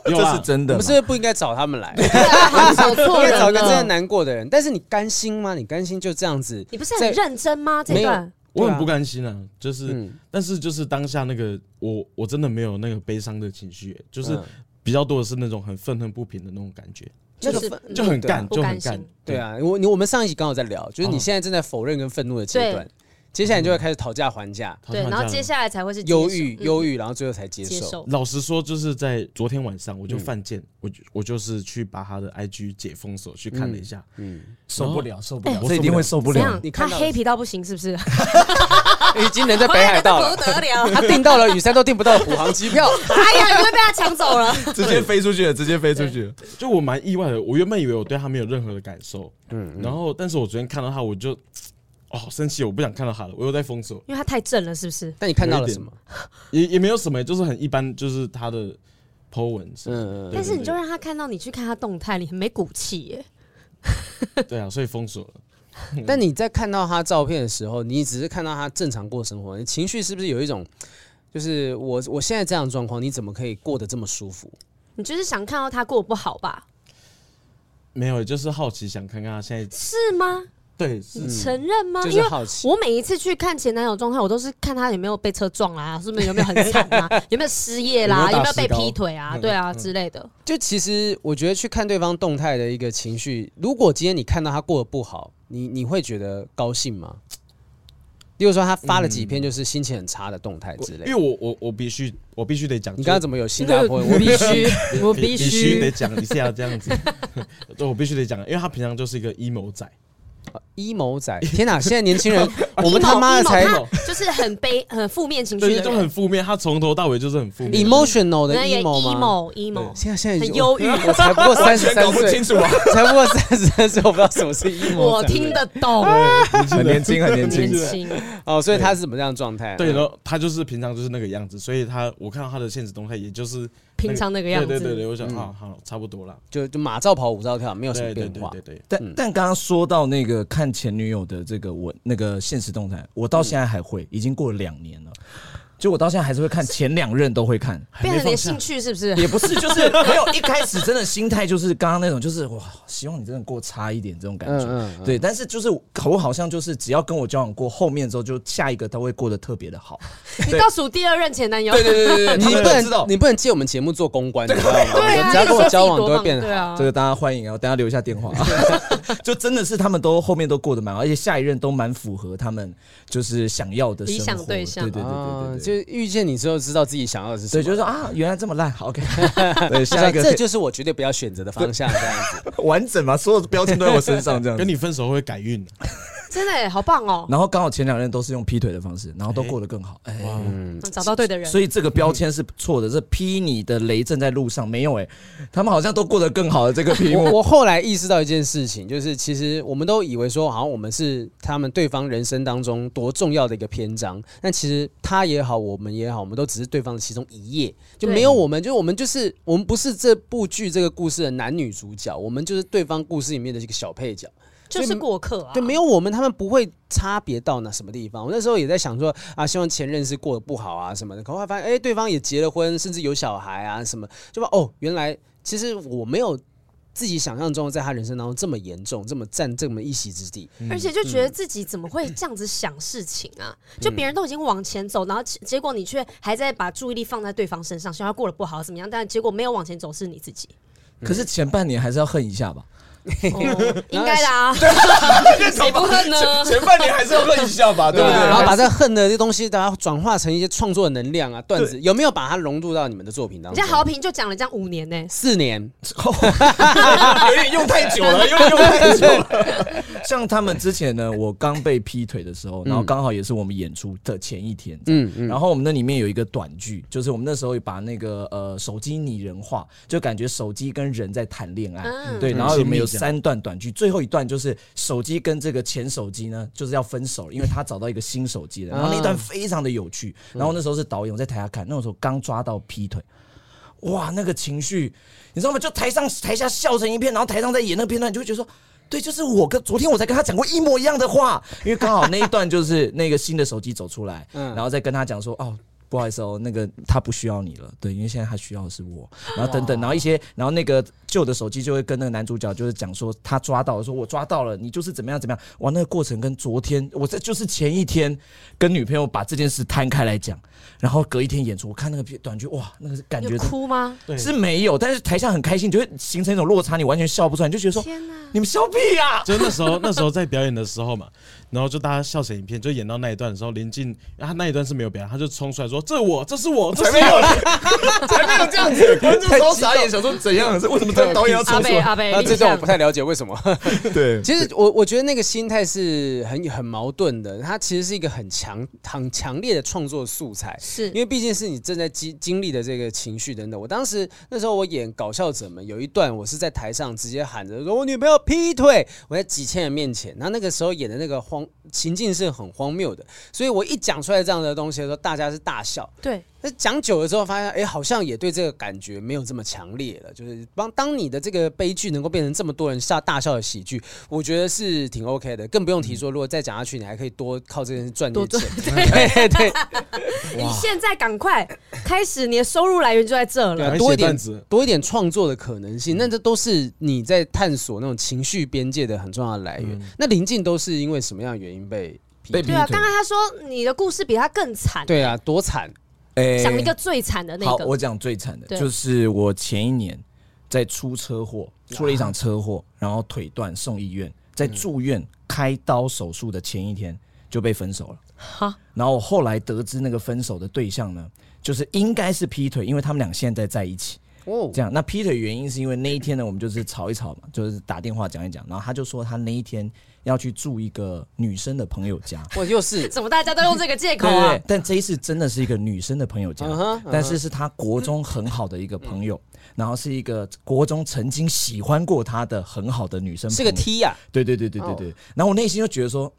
S4: 有
S3: 这
S4: 啊
S3: 是真
S1: 哼，我
S3: 的
S1: 们
S3: 吗。
S1: 是不是不应该找他们来？应
S2: 啊找错
S1: 该
S2: 人
S1: 找一个真的
S2: 了。
S1: 难过的人。但是你甘心吗？你甘心就这样子？
S2: 你不是很认真吗？这
S1: 没有
S2: 段
S4: 我
S1: 对
S4: 很
S1: 啊
S4: 不甘心啊，就是，
S1: 嗯
S4: 但是就是当下那个我，我真的没有那个悲伤的情绪，欸就是
S1: 嗯
S4: 比较多的是那种很愤恨不平的那种感觉，
S1: 那
S2: 就是
S1: 个分
S4: 就很
S1: 对啊
S4: 干，
S2: 不
S4: 就
S2: 甘
S4: 很干
S2: 心。
S1: 对，啊，我你我们上一集刚好在聊，就是你
S4: 哦
S1: 现在正在否认跟愤怒的阶
S2: 对
S1: 段，接下来你就会开始讨价还价、
S4: 讨
S2: 对，
S4: 厌
S2: 然后
S4: 这样
S2: 接下来才会是接
S1: 忧
S2: 受
S1: 郁、
S2: 嗯
S1: 忧郁，然后最后才接
S2: 接
S1: 受。
S2: 受。
S4: 老实说，就是在昨天晚上我就犯贱，我就我就是去把他的 IG 解封锁去看了一下，
S1: 嗯，
S3: 受不了，受不
S4: 哎
S3: 了，
S4: 我
S3: 这一定会受不
S2: 怎
S3: 了
S2: 样。
S1: 你？
S2: 他
S1: 看到
S2: 黑皮到不行，是 不是？
S1: 哎已经能在北海道 了
S2: 不，得了！
S1: 他订到了雨山都订不到的虎航机票。
S2: 哎呀，你会被他抢走了。
S3: 直接飞出去了，直接飞出去了。
S4: 就我蛮意外的，我原本以为我对他没有任何的感受，嗯，然后但是我昨天看到他，我就哦好生气，我不想看到他了，我又在封锁，
S2: 因为他太正了，是不是？
S1: 但你看到了什么？
S4: 也也没有什么，就是很一般，就是他的 po 文什么的，
S1: 嗯嗯嗯
S2: 但是你就让他看到你去看他动态，你很没骨气耶。
S4: 对啊，所以封锁了，
S1: 但你在看到他照片的时候，你只是看到他正常过生活，你情绪是不是有一种，就是我我现在这样的状况，你怎么可以过得这么舒服？
S2: 你就是想看到他过得不好吧？
S4: 欸没有，就是好奇想看看他现在
S2: 是吗？
S4: 对，嗯是
S2: 你承认吗？
S1: 就
S2: 啊因
S1: 是
S2: 为
S1: 好奇。
S2: 我每一次去看前男友状态，我都是看他有没有被车撞啦、是不是有没有很惨啊，有没有失业啦，
S1: 有没
S2: 有没
S1: 有打
S2: 有
S1: 石膏
S2: 被劈腿啊，对啊之类的。
S1: 就其实我觉得去看对方动态的一个情绪，如果今天你看到他过得不好，你你会觉得高兴吗？例如说他发了几篇就是心情很差的动态之类
S2: 嗯
S4: 因为
S1: 的，
S4: 我我我必须我必须得讲，
S1: 你刚刚
S4: 就
S1: 怎么有新加 坡？我
S2: 必须，我
S4: 必
S2: 必
S4: 须
S2: 须，
S4: 得讲一下这样子， 对，我必须得讲，因为他平常就是一个 emo 仔，
S1: emo 仔，天哪！现在年 轻人，我们
S2: emo，
S1: 他妈的
S2: emo，
S1: 才
S2: 他就是很悲、很负面情绪
S4: 对，
S2: 的
S4: 就
S2: 人
S4: 很，负面，他从头到尾就是很负面。
S1: emotional 的
S2: 那也
S1: emo 吗？
S2: emo emo，
S1: 现在现在已经
S2: 很忧郁。
S1: 我才不过三十
S3: 全
S1: 三
S3: 哦搞不
S1: 岁
S3: 清，楚啊，
S1: 才不过三十三岁，我不知道什么是 emo 仔。
S2: 我听得懂，
S3: 很年轻，很年
S2: 年
S3: 轻。
S2: 轻，
S1: 哦，所以他是怎么样的状态？啊
S4: 对，然后他就是平常就是那个样子，所以他我看到他的现实动态，也就是那
S2: 平常那个样
S4: 对对对对，
S2: 子。
S4: 我想啊，好，差不多啦。
S1: 就就马照跑，舞照跳，没有什么
S4: 对对
S1: 变
S4: 对
S1: 化。
S4: 对对，
S3: 但
S2: 嗯
S3: 但刚刚说到那个看前女友的这个我那个现实动态，我到现在还会，已经过了两年了，就我到现在还是会看前两任都会看，
S4: 还
S2: 变
S4: 没
S2: 成你
S4: 放
S2: 的
S4: 下
S2: 兴。趣是不是？
S3: 也不是就是没有一开始真的心态就是刚刚那种就是哇，希望你真的过差一点这种感觉，
S1: 嗯嗯嗯
S3: 对，但是就是我好像就是只要跟我交往过，后面之后就下一个他会过得特别的好，
S2: 你倒数第二任前男友，
S3: 对对对对，
S1: 你
S3: 他们
S1: 不
S3: 知道
S1: 能，你不能借我们节目做公关，你知道吗？
S2: 对啊，
S1: 只要跟我交往都
S2: 那
S1: 会
S2: 个时候自己多忙
S1: 变
S2: 对
S1: 好。
S2: 啊
S3: 这。个大家欢迎啊，我等下留一下电话。就真的是他们都后面都过得蛮好，而且下一任都蛮符合他们就是想要的生活
S2: 理想对象
S3: 对对对对对对。
S1: 啊就遇见你之后知道自己想要的是什
S3: 所
S1: 么。
S3: 以就是说啊，原来这么烂，好 OK。对，
S1: 这
S3: 下一
S1: 样，
S3: 个
S1: 这就是我绝对不要选择的方向，这样子。
S3: 完整嘛，所有的标签都在我身上这样
S4: 跟
S3: 子。
S4: 你分手会改运，哦
S2: 真的耶好棒哦，
S3: 然后刚好前两任都是用劈腿的方式，然后都过得更好。哎、
S2: 嗯找到对的人。
S3: 所以这个标签是错的，这劈你的雷正在路上没有哎、他们好像都过得更好的这个批
S1: 我
S3: 目。
S1: 我后来意识到一件事情，就是其实我们都以为说，好像我们是他们对方人生当中多重要的一个篇章，但其实他也好，我们也好，我们都只是对方的其中一页，就
S2: 对
S1: 没有我们，就我们就是我们不是这部剧这个故事的男女主角，我们就是对方故事里面的一个小配角。
S2: 就是过客啊，
S1: 对，没有我们，他们不会差别到哪什么地方。我那时候也在想说啊，希望前任是过得不好啊什么的，可后来发现，哎、对方也结了婚，甚至有小孩啊什么，就吧哦，原来其实我没有自己想象中在他人生当中这么严重，这么占这么一席之地。
S2: 而且就觉得自己怎么会这样子想事情啊？
S1: 嗯
S2: 就别人都已经往前走，然后结结果你却还在把注意力放在对方身上，想要过得不好怎么样？但结果没有往前走是你 自己，
S3: 可是前半年还是要恨一下吧，
S2: 哦应该的啊，谁不恨呢？
S3: 前半年还是要恨一下吧，对
S1: 啊然后
S3: 然后
S1: 把这恨的这东西，大家转化成一些创作的能量啊，段子有没有把它融入到你们的作品当
S2: 人家
S1: 中？
S2: 豪平就讲了这样五年呢、
S1: 四年，
S3: 把有点用太 久了，有点用太久了。 像他们之前呢，我刚被劈腿的时候，然后刚好也是我们演出的前一天，
S1: 嗯嗯，
S3: 然后我们那里面有一个短剧，就是我们那时候把那个呃手机拟人化，就感觉手机跟人在谈恋爱。
S2: 嗯
S3: 对，
S4: 嗯
S3: 然后我
S4: 亲
S3: 们
S4: 密
S3: 有
S4: 这样
S3: 三段短剧，最后一段就是手机跟这个前手机呢，就是要分手了，因为他找到一个新手机了。然后那
S4: 啊
S3: 段非常的有趣。然后那时候是导演，我在台下看，那时候刚抓到劈腿，哇，那个情绪，你知道吗？就台上台下笑成一片，然后台上在演那个片段，你就会觉得说。对，就是我跟昨天我才跟他讲过一模一样的话，因为刚好那一段就是那个新的手机走出来，然后再跟他讲说，哦，不好意思哦，那个他不需要你了，对，因为现在他需要的是我，然后等等，然后一些，然后那个旧的手机就会跟那个男主角就是讲说，他抓到了，说我抓到了，你就是怎么样怎么样，哇，那个过程跟昨天，我这就是前一天跟女朋友把这件事摊开来讲，然后隔一天演出，我看那个片短剧，哇，那个是感
S2: 有
S3: 觉
S2: 哭吗？
S4: 对，
S3: 是没有，但是台下很开心，就会形成一种落差，你完全笑不出来，你就觉得说
S2: 天啊哪、
S3: 你们笑屁啊呀、
S4: 就那时候那时候在表演的时候嘛，然后就大家笑成一片，就演到那一段的时候，林静他那一段是没有表演，他就冲出来说：“这我，这是我，这是我。
S3: 才没有这样子，观众超傻眼，想说怎样？是为什么这导演要
S2: 阿贝阿贝，
S1: 那
S2: 你
S1: 啊这段我
S2: 想
S1: 不太了解为什么。
S3: 对，
S1: 其实我我觉得那个心态是很很矛盾的，它其实是一个很强很强烈的创作素材。
S2: 是
S1: 因为毕竟是你正在经经历的这个情绪等等。我当时那时候我演搞笑者们，有一段我是在台上直接喊着说我女朋友劈腿，我在几千人面前。然后那个时候演的那个荒情境是很荒谬的，所以我一讲出来这样的东西的时候，大家是大笑。
S2: 对，
S1: 但讲久了之后，发现哎、好像也对这个感觉没有这么强烈了。就是帮当你的这个悲剧能够变成这么多人笑大笑的喜剧，我觉得是挺 OK 的。更不用提说，如果再讲下去，你还可以多靠这件事赚点钱。对对
S2: 你现在赶快开始，你的收入来源就在这
S1: 对
S2: 了。
S1: 啊，
S4: 还
S1: 多一
S4: 写
S1: 点
S4: 段子
S1: 多一点创作的可能性，那这都是你在探索那种情绪边界的很重要的来源。那林静都是因为什么样的原因被劈
S3: 被
S1: 腿？
S3: 劈
S2: 对啊，
S3: 腿
S2: 刚刚他说你的故事比他更惨，
S1: 对啊，多惨！
S3: 哎
S2: 讲一个最惨的那
S3: 好，
S2: 个。
S3: 我讲最惨的，
S2: 对
S3: 就是我前一年在出车祸，出了一场车祸，然后腿断送医院，在住院开刀手术的前一天就被分手了。
S2: 哈，
S3: 然后我后来得知那个分手的对象呢，就是应该是劈腿，因为他们俩现在在一起。
S1: 哦，
S3: 这样，那劈腿原因是因为那一天呢，我们就是吵一吵嘛，就是打电话讲一讲，然后他就说他那一天要去住一个女生的朋友家，
S1: 我又是，
S2: 怎么大家都用这个借口
S3: 对
S2: 啊
S3: 对？对，但这一次真的是一个女生的朋友家
S1: 嗯哼，
S3: 但是是他国中很好的一个朋友，然后是一个国中曾经喜欢过他的很好的女生，
S1: 是个 T 啊呀、
S3: 对对对对对对。
S1: 哦
S3: 然后我内心就觉得说，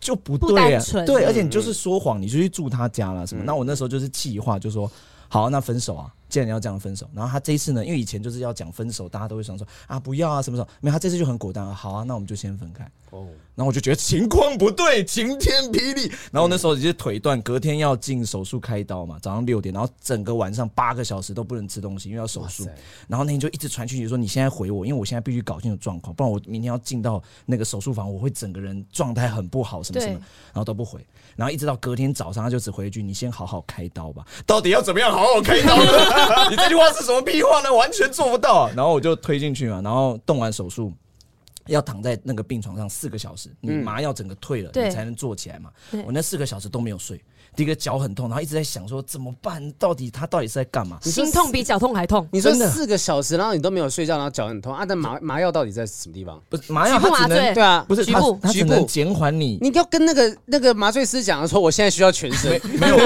S3: 就不
S2: 不
S3: 对
S2: 单
S3: 啊，
S2: 纯
S3: 对，而且你就是说谎，你就去住他家了什么。
S1: 嗯
S3: 那我那时候就是气话，就说好，那分手啊，既然要这样分手。然后他这一次呢，因为以前就是要讲分手，大家都会想说啊不要啊什么什么，没有，他这次就很果断啊，好啊，那我们就先分开。
S1: 哦，
S3: 然后我就觉得情况不对，晴天霹雳。然后那时候就是腿断，隔天要进手术开刀嘛，早上六点，然后整个晚上八个小时都不能吃东西，因为要手术
S1: 哇塞。
S3: 然后那天就一直传讯息说你现在回我，因为我现在必须搞清楚状况，不然我明天要进到那个手术房，我会整个人状态很不好，什么什么，
S2: 对
S3: 然后都不回。然后一直到隔天早上，他就只回一句：“你先好好开刀吧。”到底要怎么样好好开刀呢？ 你这句话是什么屁话呢？完全做不到啊、然后我就推进去嘛，然后动完手术。要躺在那个病床上四个小时，你麻药整个退了，
S2: 嗯对
S3: 你才能坐起来嘛
S2: 对。
S3: 我那四个小时都没有睡，第一个脚很痛，然后一直在想说怎么办，到底他到底是在干嘛？
S2: 心痛比脚痛还痛。
S1: 你说
S3: 真的
S1: 四个小时，然后你都没有睡觉，然后脚很痛啊？但麻麻药到底在什么地方？
S3: 不是麻药，
S2: 局部
S3: 它只
S2: 麻醉
S3: 能
S1: 对啊，
S3: 不是
S1: 局
S3: 它
S1: 部，
S3: 它
S1: 局
S3: 只能
S1: 部。
S3: 减缓你
S1: 你要跟那个那个麻醉师讲说，我现在需要全身，
S3: 没有。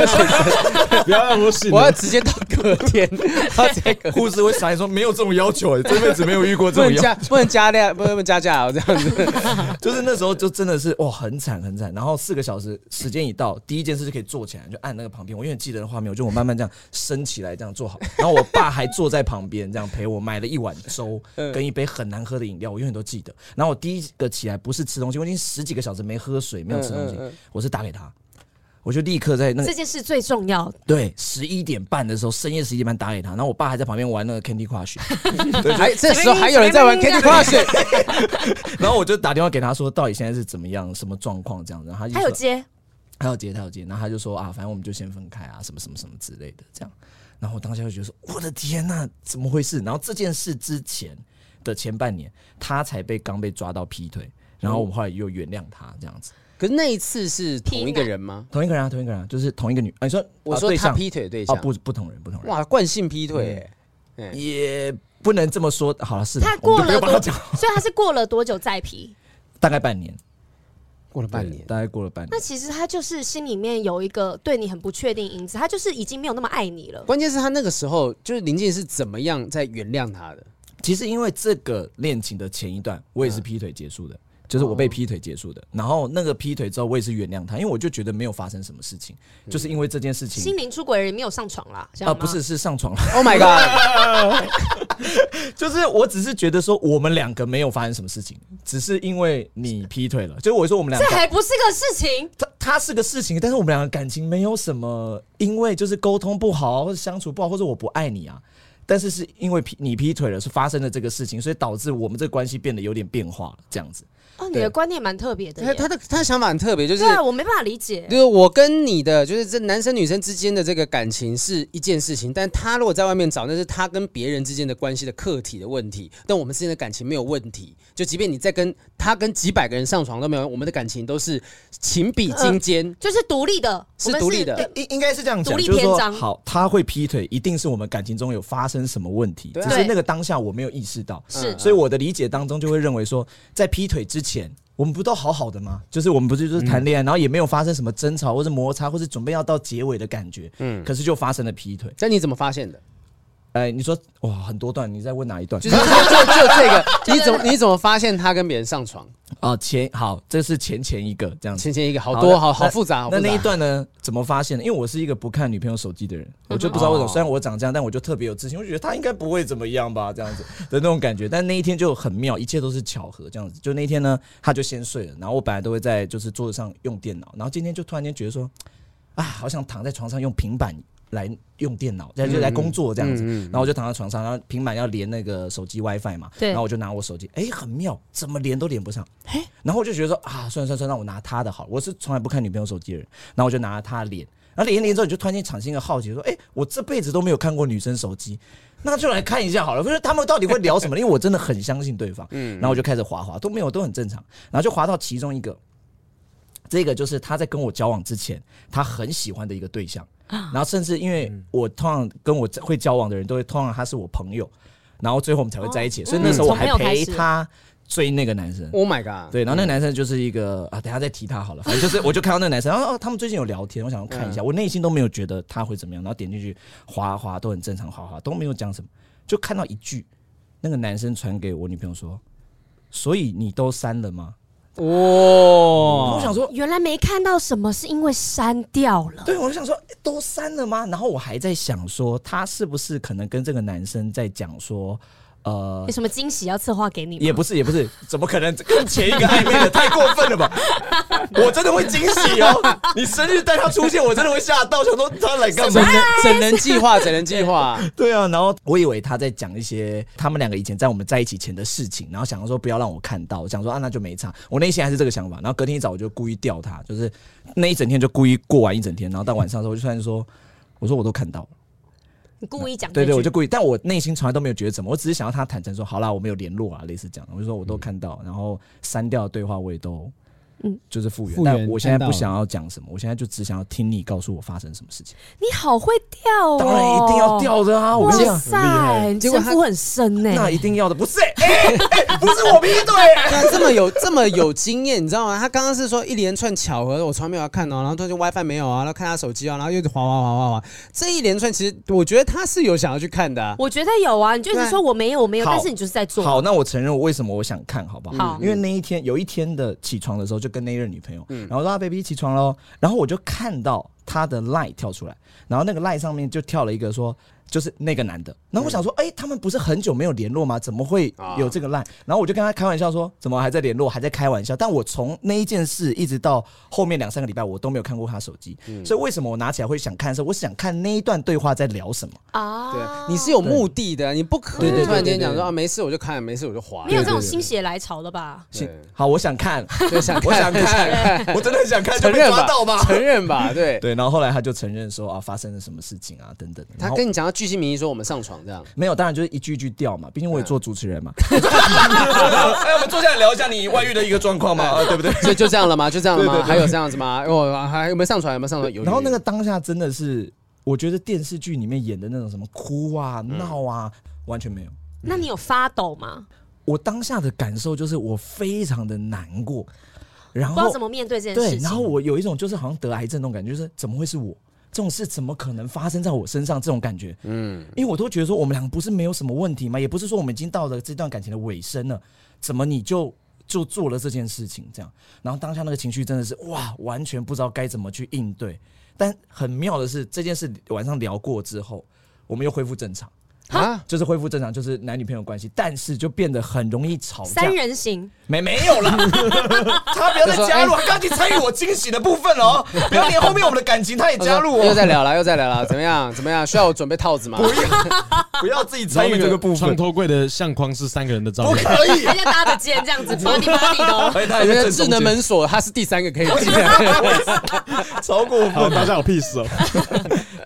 S4: 不要让我醒了。
S1: 我要直接到隔天， 到这个
S3: 护士会傻眼说没有这种要求、欸，这辈子没有遇过
S1: 不能加不能加量，不能不能加价哦，这样子。
S3: 就是那时候就真的是哇，很惨很惨。然后四个小时时间一到，第一件事就可以坐起来，就按那个旁边。我永远记得的画面，我就我慢慢这样升起来，这样 坐好。然后我爸还坐在旁边，这样陪我买了一碗粥
S1: 嗯
S3: 跟一杯很难喝的饮料，我永远都记得。然后我第一个起来不是吃东西，我已经十几个小时没喝水，没有吃东西
S1: 嗯嗯嗯，
S3: 我是打给他，我就立刻在那个
S2: 这件事最重要，
S3: 对十一点半的时候，深夜十一点半打给他，然后我爸还在旁边玩那个 Candy Crush。
S1: 还哎这时候还有人在玩 Candy Crush，
S3: 然后我就打电话给他说，到底现在是怎么样，什么状况这样子。然后他就
S2: 他有
S3: 说
S2: 接，
S3: 他有接，他有接。然后他就说啊，反正我们就先分开啊，什么什么什么之类的这样。然后我当下就觉得说，我的天呐、怎么回事？然后这件事之前的前半年，他才被刚被抓到劈腿，然后我们后来又原谅他这样子。
S1: 可是那一次是同一个人吗？
S3: 同一个人啊，同一个人啊，就是同一个女。啊、你说
S1: 我
S3: 啊
S1: 说
S3: 对
S1: 他
S3: 象
S1: 劈腿的对
S3: 哦，
S1: 象，
S3: 不不同人，不同人，
S1: 哇，惯性劈腿欸，
S3: 也不能这么说。好了，是的
S2: 他
S3: 我
S2: 过
S3: 们
S2: 了
S3: 就不要帮他
S2: 多
S3: 讲，
S2: 所以他是过了多久再皮？
S3: 大概半年，
S1: 过了半
S3: 对
S1: 年，
S3: 大概过了半年
S2: 那。其实他就是心里面有一个对你很不确定因子，他就是已经没有那么爱你了。
S1: 关键是他那个时候就是林静是怎么样在原谅他的？
S3: 其实因为这个恋情的前一段，我也是劈腿结束的，就是我被劈腿结束的。然后那个劈腿之后，我也是原谅他，因为我就觉得没有发生什么事情，就是因为这件事情
S2: 心灵出轨的人没有上床啦，这
S3: 啊、
S2: 样吗
S3: 不是是上床了，
S1: Oh my god！
S3: 就是我只是觉得说我们两个没有发生什么事情，只是因为你劈腿了，就是我说我们两
S2: 这
S3: 个。
S2: 还不是个事情。
S3: 他他是个事情，但是我们两个感情没有什么，因为就是沟通不好，或者相处不好，或者我不爱你啊。但是是因为劈你劈腿了，是发生了这个事情，所以导致我们这个关系变得有点变化了，这样子。
S2: 哦，你的观念蛮特别的
S1: 他
S2: 耶。
S1: 他的他的想法很特别，就是
S2: 啊对啊，我没办法理解
S1: 就。是我跟你的，就是这男生女生之间的这个感情是一件事情，但他如果在外面找，那是他跟别人之间的关系的客体的问题。但我们之间的感情没有问题，就即便你在跟他跟几百个人上床都没有，我们的感情都是情比金坚。
S2: 就是独立的，
S1: 是
S2: 我们
S1: 独立的
S2: 对
S3: 应应该是这样
S2: 呃独
S3: 讲，
S2: 立
S3: 就是说
S2: 篇，章
S3: 好，他会劈腿，一定是我们感情中有发生什么问题，只
S1: 对啊
S3: 是那个当下我没有意识到，
S2: 是
S3: 所以我的理解当中就会认为说，在劈腿之前。我们不都好好的吗？就是我们不是就是谈恋爱，然后也没有发生什么争吵或者摩擦，或者准备要到结尾的感觉。嗯，可是就发生了劈腿。
S1: 但你怎么发现的？
S3: 哎、你说哇，很多段，你在问哪一段？
S1: 就是就就就这 个，你怎么你怎么发现他跟别人上床？
S3: 啊、前好，这是前前一个这样子。
S1: 前前一个好多
S3: 那
S1: 好好
S3: 那
S1: 复杂，好复
S3: 那
S1: 杂
S3: 那一段呢？哦怎么发现的？因为我是一个不看女朋友手机的 人，我就不知道为什么。虽然我长这样，但我就特别有自信，我就觉得她应该不会怎么样吧，这样子的那种感觉。但那一天就很妙，一切都是巧合，这样子。就那一天呢，她就先睡了，然后我本来都会在就是桌子上用电脑，然后今天就突然间觉得说，啊，好想躺在床上用平板来用电脑，来就来工作这样子。然后我就躺在床上，然后平板要连那个手机 WiFi 嘛，
S2: 对
S3: 然后我就拿我手机，哎、很妙，怎么连都连不上。然后我就觉得说啊，算了算了算了，让我拿她的好了。我是从来不看女朋友手机的人，然后我就拿了她的脸，然后连一连之后，你就突然间产生一个好奇，说，哎、我这辈子都没有看过女生手机，那就来看一下好了，不是他们到底会聊什么？因为我真的很相信对方，嗯，然后我就开始滑滑，都没有，都很正常，然后就滑到其中一个，这个就是他在跟我交往之前，他很喜欢的一个对象，然后甚至因为
S2: 嗯
S3: 我通常跟我会交往的人都会，通常他是我朋友，然后最后我们才会在一起，
S2: 哦
S3: 所以那时候我还
S2: 从朋友开
S3: 陪
S2: 始
S3: 他追那个男生。
S1: Oh my god！
S3: 对，然后那个男生就是一个啊，等一下再提他好了。反正就是，我就看到那个男生，然后、哦、他们最近有聊天，我想要看
S2: 嗯
S3: 一下，我内心都没有觉得他会怎么样，然后点进去滑滑都很正常，滑滑都没有讲什么，就看到一句，那个男生传给我女朋友说，所以你都删了吗？
S1: 哇，
S3: 我想说，
S2: 原来没看到什么，是因为删掉了。
S3: 对，我就想说诶都删了吗？然后我还在想说，他是不是可能跟这个男生在讲说，呃
S2: 有。什么惊喜要策划给你吗？
S3: 也不是，也不是，怎么可能跟前一个暧昧的太过分了吧？我真的会惊喜哦！你生日带他出现，我真的会吓到，想说他来干嘛
S1: 整？人整人计划，整人计划，
S3: 对啊，然后我以为他在讲一些他们两个以前在我们在一起前的事情，然后想说不要让我看到，想说啊那就没差。我内心还是这个想法，然后隔天一早我就故意吊他，就是那一整天就故意过完一整天，然后到晚上的时候我就突然说，我说我都看到了。
S2: 你故意讲这
S3: 对
S2: 句。
S3: 对，我就故意，但我内心从来都没有觉得怎么，我只是想要他坦诚说，好啦，我们有联络啊，类似这样，我就说我都看到，然后删掉的对话我也都，嗯，就是复原，
S1: 复原
S3: 但我现在
S1: 看到
S3: 不
S1: 了
S3: 想要讲什么，我现在就只想要听你告诉我发生什么事情。
S2: 你好会钓哦！
S3: 当然一定要。掉的啊，我
S2: 哇
S3: 跟你讲，
S2: 塞，你
S1: 结果
S2: 城
S1: 他
S2: 府很深呢。
S3: 那一定要的，不是、哎哎不是我劈 腿，
S1: 啊他这么有这么有经验，你知道吗？他刚刚是说一连串巧合，我从来没有要看哦到，然后突然间 WiFi 没有啊，然后看他手机啊，然后又一直滑滑滑滑滑，这一连串其实我觉得他是有想要去看的、啊。
S2: 我觉得有啊，你就一直
S1: 对
S2: 说我没有，我没有，
S3: 好
S2: 但是你就是在做。
S3: 好，那我承认我为什么我想看，好不好？
S2: 好
S3: 因为那一天有一天的起床的时候，就跟那一任女朋友，然后说啊，baby 起床喽，然后我就看到他的 line 跳出来，然后那个 line 上面就跳了一个说。就是那个男的，然后我想说，哎、他们不是很久没有联络吗？怎么会有这个 line？、然后我就跟他开玩笑说，怎么还在联络，还在开玩笑？但我从那一件事一直到后面两三个礼拜，我都没有看过他手机，所以为什么我拿起来会想看的时候，我想看那一段对话在聊什么。
S1: 对
S2: 啊，，
S1: 你是有目的的，你不可
S3: 对对对
S1: 能突然间
S3: 对对
S1: 讲说啊，没事我就看，没事我就滑。
S2: 没有这种心血来潮的吧？
S1: 对
S3: 好，我 想看，
S1: 对想
S3: 我想
S1: 看，
S3: 看，我真的很想看， 就
S1: 承
S3: 被
S1: 认
S3: 抓
S1: 吧
S3: 到 吧，。
S1: 承认吧，对。
S3: 对，然后后来他就承认说啊，发生了什么事情啊，等等。然
S1: 他
S3: 后
S1: 跟你讲，他巨细靡遗说我们上床这样，
S3: 没有，当然就是一句一句调嘛，毕竟我
S1: 啊
S3: 也做主持人嘛。哎，我们坐下来聊一下你外遇的一个状况嘛，啊对不对？
S1: 所以就这样了吗？就这样了
S3: 对对
S1: 吗？
S3: 对
S1: 还有这样子吗？哦，还有没有上床？有没有上床？有。
S3: 然后
S1: 有
S3: 那个当下真的是，我觉得电视剧里面演的那种什么哭啊、闹啊，
S1: 嗯
S3: 完全没有。
S2: 那你有发抖吗？
S3: 我当下的感受就是我非常的难过，然
S2: 不知道
S3: 后
S2: 怎么面对这件
S3: 对
S2: 事，情。
S3: 然后我有一种就是好像得癌症那种感觉，就是怎么会是我？这种事怎么可能发生在我身上？这种感觉，嗯，因为我都觉得说我们两个不是没有什么问题嘛，也不是说我们已经到了这段感情的尾声了，怎么你就就做了这件事情这样？然后当下那个情绪真的是哇，完全不知道该怎么去应对。但很妙的是，这件事晚上聊过之后，我们又恢复正常，
S1: 啊，
S3: 就是恢复正常，就是男女朋友关系，但是就变得很容易吵架
S2: 三。人行，
S3: 没没有 啦，他不要再加入，他刚去参与我惊喜的部分了哦，不要连后面我们的感情他也加入
S1: 又在
S3: 哦，
S1: 聊了，又在聊了，怎么样？怎么样？需要我准备套子吗？
S3: 不要自己参与这个部
S4: 床
S3: 分，
S4: 头柜的相框是三个人的照
S3: 不
S4: 片，
S3: 可以
S2: 大。家搭着肩这样子，把你把你的哦。
S3: 而且他
S1: 我
S3: 还
S1: 觉
S3: 在
S1: 得
S3: 正
S1: 智
S3: 中
S1: 能
S3: 间，
S1: 门锁它是第三个可以进 来。
S3: 超过
S4: 好，
S3: 分，
S4: 大家有 屁事哦。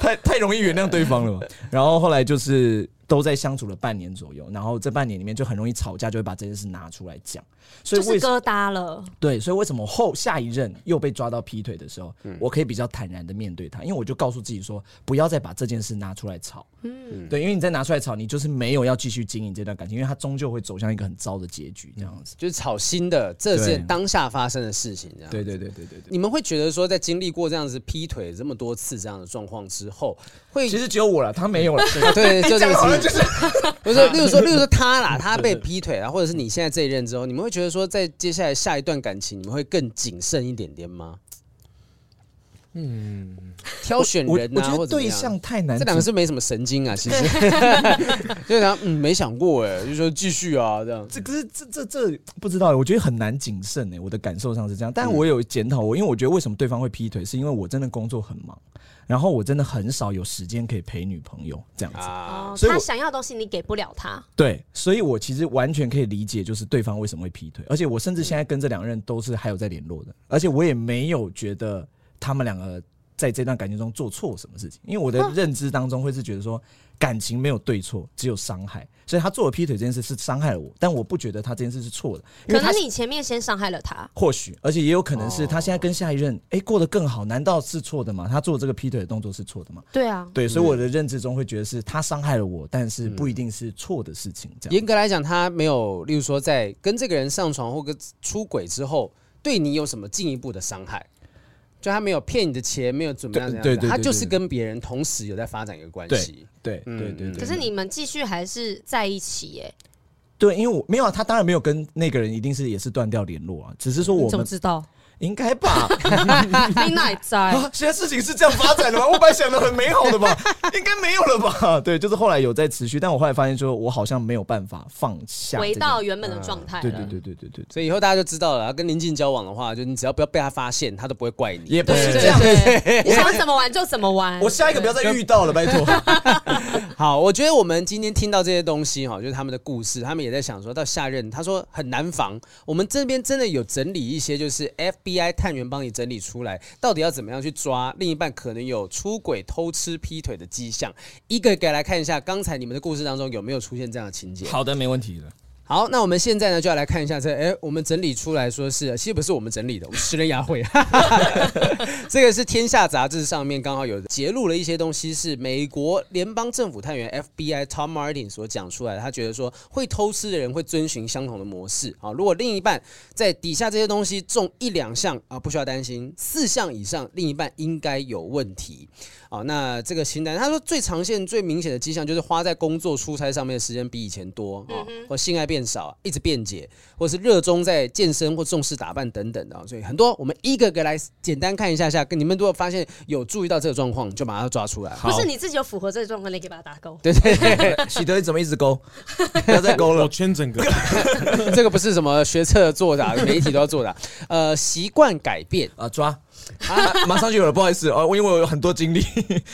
S3: 太太容易原谅对方了吧。然后后来就是都在相处了半年左右，然后这半年里面就很容易吵架，就会把这件事拿出来讲。 所以
S2: 就是
S3: 为什
S2: 疙瘩了，
S3: 对，所以为什么后下一任又被抓到劈腿的时候，我可以比较坦然的面对他，因为我就告诉自己说，不要再把这件事拿出来吵。嗯，对，因为你再拿出来吵，你就是没有要继续经营这段感情，因为它终究会走向一个很糟的结局，这样子。
S1: 就是炒新的，这
S3: 对
S1: 是当下发生的事情，这样。
S3: 对对对对对对。
S1: 你们会觉得说，在经历过这样子劈腿这么多次这样的状况之后，会
S3: 其实只有我了，他没有了。
S1: 对，就这
S3: 讲好了
S1: 个
S3: 就
S1: 情
S3: 是
S1: 况， 不 是，例如说，例如说他啦，他被劈腿啊，或者是你现在这一任之后，你们会觉得说，在接下来下一段感情，你们会更谨慎一点点吗？挑选
S3: 我
S1: 人
S3: 嗯我
S1: 啊，
S3: 觉
S1: 或
S3: 得
S1: 怎么
S3: 对
S1: 样
S3: 象太难，
S1: 这两个是没什么神经啊，其实 就想嗯没想过哎，就说继续啊这样，
S3: 这可是这这这不知道欸，我觉得很难谨慎哎，我的感受上是这样。
S1: 嗯
S3: 但我有检讨我，因为我觉得为什么对方会劈腿，是因为我真的工作很忙，然后我真的很少有时间可以陪女朋友这样子。
S1: 啊，
S2: 哦，
S3: 所以
S2: 他
S3: 我
S2: 想要的东西你给不了他，
S3: 对，所以我其实完全可以理解，就是对方为什么会劈腿，而且我甚至现在跟这两任都是还有在联
S2: 嗯
S3: 络的，而且我也没有觉得他们两个在这段感情中做错什么事情，因为我的认知当中会是觉得说感情没有对错，只有伤害，所以他做了劈腿这件事是伤害了我，但我不觉得他这件事是错的，因
S2: 可
S3: 为他
S2: 能你前面先伤害了他，
S3: 或许，而且也有可能是他现在跟下一任哎、诶过得更好，难道是错的吗？他做这个劈腿的动作是错的吗？
S2: 对啊，
S3: 对，所以我的认知中会觉得是他伤害了我，但是不一定是错的事情。这样
S1: 严格来讲，他没有，例如说在跟这个人上床或跟出轨之后，对你有什么进一步的伤害？就他没有骗你的钱，没有怎么样怎
S3: 对
S1: 样怎样，
S3: 对对对
S1: 他就是跟别人同时有在发展一个关系。
S3: 对
S1: 嗯
S3: 对对对。
S2: 可是你们继续还是在一起耶？
S3: 对，因为我没有啊，他当然没有跟那个人一定是也是断掉联络啊，只是说
S2: 嗯你
S3: 我
S2: 怎么
S3: 们
S2: 知道？
S3: 应 该吧。
S2: 你哪 里在？
S3: 啊，现在事情是这样发展的吗？我本来想的很美好的吧，应该没有了吧？对，就是后来有在持续，但我后来发现说我好像没有办法放下这
S2: 回
S3: 件。
S2: 到原本的状态
S3: 嗯对
S2: 了
S3: 对。对对对对。
S1: 所以以后大家就知道了，跟林静交往的话，就你只要不要被他发现，他都不会怪你。
S3: 也不是
S2: 对
S3: 这样，
S2: 对 对，
S1: 嗯
S2: 你想怎么玩就怎么玩。
S3: 我下一个不要再遇到了，拜 托。
S1: 好，我觉得我们今天听到这些东西哈，就是他们的故事，他们也在想说到下任，他说很难防。我们这边真的有整理一些，就是 FBI 探员帮你整理出来，到底要怎么样去抓另一半可能有出轨、偷吃、劈腿的迹象，一个一个来看一下。刚才你们的故事当中有没有出现这样的情节？
S3: 好的，没问题的。
S1: 好，那我们现在呢就要来看一下这，哎、我们整理出来说是，其实不是我们整理的，我们十人牙会， 这个是《天下》杂志上面刚好有揭露了一些东西，是美国联邦政府探员 FBI Tom Martin 所讲出来的。他觉得说，会偷吃的人会遵循相同的模式啊。如果另一半在底下这些东西中一两项啊，不需要担心；四项以上，另一半应该有问题啊。那这个清单，他说最常见、最明显的迹象就是花在工作、出差上面的时间比以前多啊，或性爱变少，一直辩解，或是热衷在健身或重视打扮等等的啊。所以很多我们一个个来简单看一下下，跟你们如果发现有注意到这个状况，就把它抓出来。
S2: 不是你自己有符合这个状况，你可以把它打勾。
S1: 对对对，
S3: 喜德怎么一直勾？不要再勾
S4: 我
S3: 了。
S4: 圈整个，
S1: 这个不是什么学测做的啊，每一题都要做的啊。 呃，习惯改变
S3: 啊，抓！啊，马上就有了，不好意思哦，因为我有很多经历。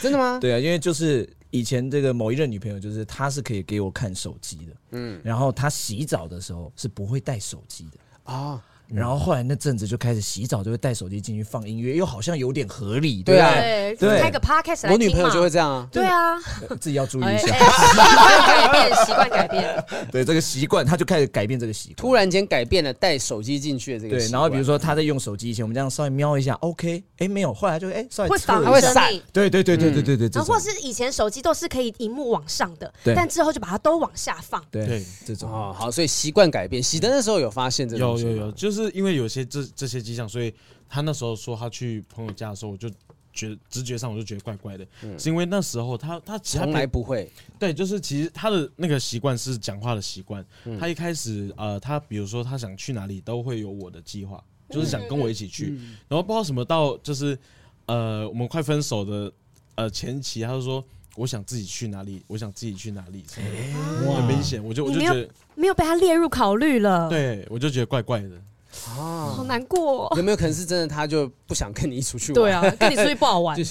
S1: 真的吗？
S3: 对啊，因为就是以前这个某一任女朋友，就是她是可以给我看手机的，嗯，然后她洗澡的时候是不会带手机的，
S1: 啊，
S4: 嗯
S3: 然后后来那阵子就开始洗澡就会带手机进去放音乐，又好像有点合理，
S1: 对啊
S3: 不
S2: 对
S3: 对
S2: 开个 podcast 来
S1: 我女朋
S2: 听
S1: 友
S2: 嘛。
S1: 就会这样啊。
S2: 对啊，
S3: 对，自己要注意
S2: 哎
S3: 一
S2: 哎
S3: 下，
S2: 习惯改变，习惯改变。
S3: 对这个习惯，她就开始改变这个习惯。
S1: 突然间改变了带手机进去的这个
S3: 对，
S1: 习惯
S3: 然后比如说她在用手机以前，我们这样稍微瞄一下，OK，哎没有，后来就哎稍微
S2: 会
S3: 测
S2: 防
S3: 一
S1: 它会
S3: 下，
S2: 着
S1: 闪
S2: 你。
S3: 对对对对对对对，这
S2: 然啊后或
S3: 种
S2: 是以前手机都是可以荧幕往上的，
S3: 对
S2: 但之后就把它都往下放。
S3: 对
S4: 对
S3: 这种
S1: 哦，好，所以习惯改变。喜德那时候有发现这个
S4: 有
S1: 东西吗
S4: 有有，，就是因为有些这这些迹象，所以他那时候说他去朋友家的时候，我就觉直觉上我就觉得怪怪的，
S3: 嗯
S4: 是因为那时候他他其实他
S1: 从来不会
S4: 对，就是其实他的那个习惯是讲话的习惯。
S1: 嗯
S4: 他一开始呃，他比如说他想去哪里，都会有我的计划，就是
S2: 嗯
S4: 想跟我一起去。
S1: 嗯
S4: 然后不知道什么到就是呃，我们快分手的呃前期，他就说我想自己去哪里，我想自己去哪里，什么
S1: 哎
S4: 的很明显，我就我
S2: 你
S4: 就
S2: 没
S4: 觉
S2: 有
S4: 得，
S2: 没有被他列入考虑了，，
S4: 对我就觉得怪怪 的。
S1: 啊。
S2: 好难过、哦。
S1: 有没有可能是真的？他就不想跟你出去玩？
S2: 对，啊，跟你出去不好 玩
S1: 就，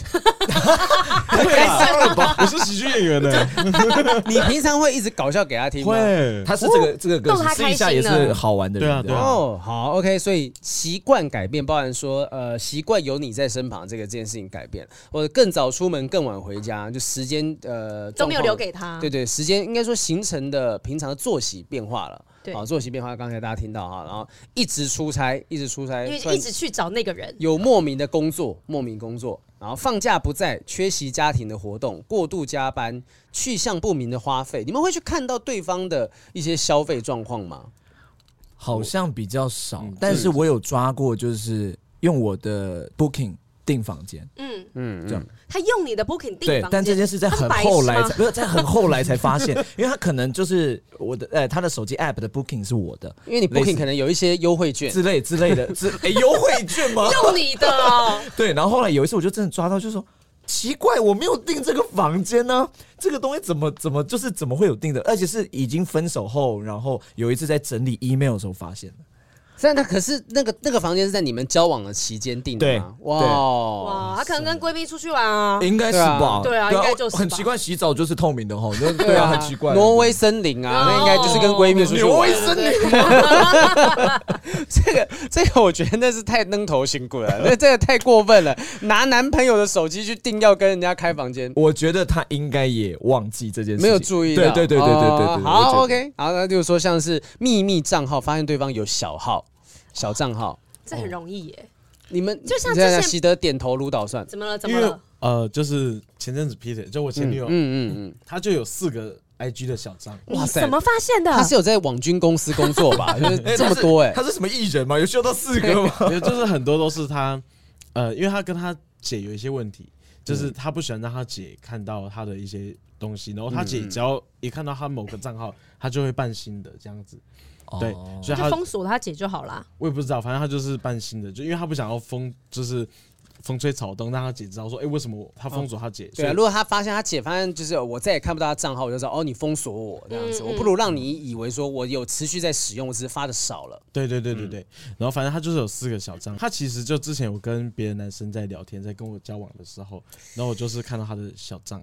S4: 我是喜剧演员呢，
S1: 你平常会一直搞笑给他听吗？
S4: 会啊
S3: 他是这个这个歌
S2: 逗他
S3: 手，试一下
S2: 开
S3: 也
S2: 心了
S3: 是好玩的人，
S4: 对啊对啊
S1: 哦，好，OK，所以习惯改变，包含说，呃，习惯有你在身旁这个这件事情改变，或者更早出门，更晚回家，就时间呃
S2: 都没有
S1: 状况
S2: 留给他。
S1: 对对，时间应该说形成的平常的作息变化了。
S2: 对
S1: 啊，作息变化，刚才大家听到哈，然后一直出差，一直出差，
S2: 因为
S1: 突然
S2: 一直去找那个人，
S1: 有莫名的工作，莫名工作，然后放假不在，缺席家庭的活动，过度加班，去向不明的花费，你们会去看到对方的一些消费状况吗？
S3: 好像比较少，但是我有抓过，就是用我的 Booking 订房间，
S2: 嗯，
S1: 嗯
S3: 这样
S2: 他用你的 booking 订
S3: 对，
S2: 房间，
S3: 但这件事在
S2: 他是
S3: 很
S2: 白
S3: 后
S2: 痴
S3: 来
S2: 吗
S3: 才，不是在很后来才发现， 因为他可能就是我的，呃，他的手机 app 的 booking 是我的
S1: 因为你
S3: 类似
S1: booking 可能有一些优惠券，
S3: 之类之类的，之诶优惠券吗？
S2: 用你的哦，
S3: 对，然后后来有一次我就真的抓到，就说奇怪，我没有订这个房间呢、这个东西怎么怎么就是怎么会有订的？而且是已经分手后，然后有一次在整理 email 的时候发现的。
S1: 但那可是那个那个房间是在你们交往的期间订的吗？哇哦，
S2: 哇，他可能跟闺蜜出去玩啊，
S3: 应该是吧？哦
S2: 对啊应该就是吧
S3: 很奇怪，洗澡就是透明的哈， 就对啊，很奇怪。
S1: 挪威森林
S2: 哦
S1: 啊，那应该就是跟闺蜜出去玩
S3: 挪
S1: 啊
S3: 威。森林，
S1: 这个这个，我觉得那是太愣头青棍 了，那这个太过分了，拿男朋友的手机去定要跟人家开房间。
S3: 我觉得他应该也忘记这件事情，
S1: 没有注意到，
S3: 对对对对对对对
S1: 哦
S3: 对。我觉
S1: 好
S3: 得
S1: ，OK，好，那就是说像是秘密账号，发现对方有小号、小账号，
S2: 这很容易耶。
S1: 你们
S2: 就像
S1: 你这样
S2: 之前
S1: 习得点头如捣蒜，
S2: 怎么了？ 怎
S4: 因
S2: 么
S4: 为
S2: 了？
S4: 呃，就是前阵子 Peter，就我前女友，
S1: 嗯嗯嗯，
S4: 她就有四个 IG 的小账，
S1: 哇
S2: 你
S1: 塞
S2: 怎么发现的？
S1: 他是有在网军公司工作 吧？就是
S3: 哎
S1: 这么
S3: 他是
S1: 多哎
S3: 他，是什么艺人吗？有需要到四个吗？
S4: 没有就是很多都是她，呃，因为她跟她姐有一些问题，就是她不喜欢让她姐看到她的一些东西，然后她姐只要一看到她某个账号，她就会办新的这样子，
S3: 哦
S4: 对，所以
S2: 就
S4: 她
S2: 封锁他姐就好啦。
S4: 我也不知道，反正她就是办新的，就因为她不想要风就是风吹草动，让她姐知道说，哎，为什么她封锁她
S2: 哦
S4: 姐？
S1: 对
S4: 所
S1: 啊，
S4: 以
S1: 如果他发现他姐发现就是哦我再也看不到他账号，我就知道哦，你封锁我这样子，
S2: 嗯
S1: 我不如让你以为说我有持续在使用，我只是发的少了。
S2: 啊
S4: 对对对对对，然后反正他就是有四个小账，他其实就之前有跟别的男生在聊天，在跟我交往的时候，然后我就是看到他的小账，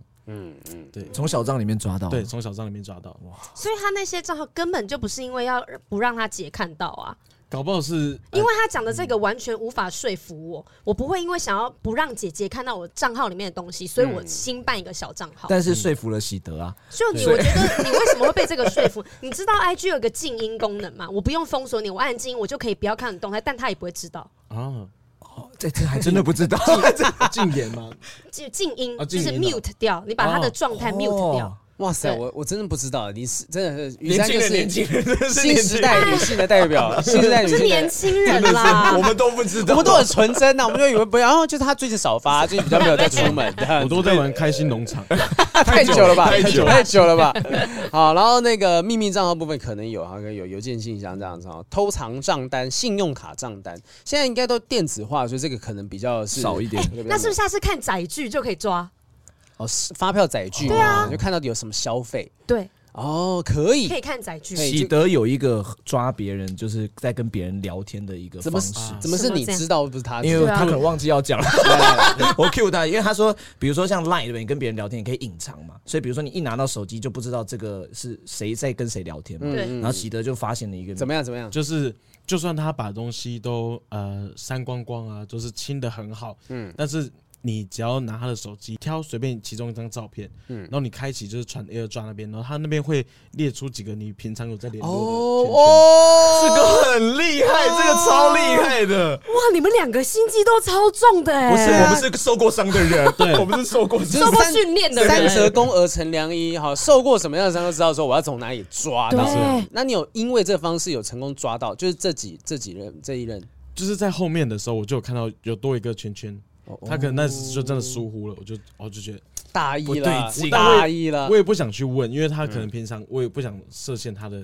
S3: 从小账里面抓到，
S4: 对，，从小账里面抓到，
S2: 所以他那些账号根本就不是因为要不让他姐看到啊，
S4: 搞不好是
S1: 呃
S2: 因为他讲的这个完全无法说服我，我不会因为想要不让姐姐看到我账号里面的东西，所以
S1: 嗯
S2: 我新办一个小账号。
S3: 但是说服了喜德啊，
S2: 就你，我觉得你为什么会被这个说服？ 你知道 IG 有个静音功能吗？我不用封锁你，我按静音，我就可以不要看你动态，但他也不会知道。
S4: 啊
S3: 这这还真的不知 道，
S4: 禁言吗？
S2: 就静音
S4: 啊
S2: 就
S4: 静
S2: 是
S4: 音哦
S2: mute 掉，你把他的
S4: 哦
S2: 状态 mute 掉。
S1: 哇塞，
S2: 对
S1: 我我真的不知道，你是真的是雨山
S3: 年
S1: 就
S3: 轻人，
S1: 是
S3: 年轻人，真的是
S1: 新
S3: 年
S1: 时
S3: 轻人
S1: 代女性的代 表，新时代女
S2: 是
S1: 性的
S2: 年。轻人啦，
S3: 我们都不知道，
S1: 我们都很纯真呐、我们就以为不要，然哦后就是他最近少 发，最近比较没有在出门，这样
S4: 我都在玩开心农场，
S1: 太久了吧，
S3: 太久了
S1: 太久了吧。好，然后那个秘密账号部分可能有，好像有邮件信箱这样子哦，偷藏账单、信用卡账单，现在应该都电子化，所以这个可能比较是
S3: 少一点。
S2: 那是不是下次看载具就可以抓？
S1: 哦，是发票载具
S3: 对啊
S1: 嘛，就看到有什么消费
S2: 对，
S1: 哦，可以
S2: 可以看载具。
S1: 可以
S3: 喜德有一个抓别人，就是在跟别人聊天的一个
S1: 怎么
S3: 方
S1: 是
S3: 式，
S1: 怎么是你知道不是他知道？
S3: 因为
S2: 对啊
S3: 他可能忘记要讲了。 我 Q 他，因为他说，比如说像 Line 对吧？你跟别人聊天，你可以隐藏嘛，所以比如说你一拿到手机就不知道这个是谁在跟谁聊天嘛。
S2: 嗯对
S3: 然后喜德就发现了一个
S1: 怎么样怎么样？
S4: 就是就算他把东西都呃删光光啊，就是清的很好，嗯，但是。你只要拿他的手机挑随便其中一张照片，嗯，然后你开启就是传 AirDrop 那边，然后他那边会列出几个你平常有在联络的圈圈，
S3: 这
S1: 哦
S3: 个很厉害，这个超厉害 的。
S2: 哇，你们两个心机都超重的哎、
S3: 不是，啊我们是受过伤的人，
S4: 对
S3: 我们是受过
S1: 就
S3: 伤。
S1: 是
S2: 受过
S1: 三
S2: 训练的人
S1: 三折肱而成良医，哈，受过什么样的伤都知道，说我要从哪里抓到。
S2: 对
S1: 那你有因为这方式有成功抓到，就是这几这几任这一任，
S4: 就是在后面的时候，我就有看到有多一个圈圈，他可能那时就真的疏忽了，我就我就觉得
S1: 大意
S4: 不
S1: 了
S4: 对，劲
S1: 大意了
S4: 我。也不想去问，因为他
S2: 嗯
S4: 可能平常我也不想设限他的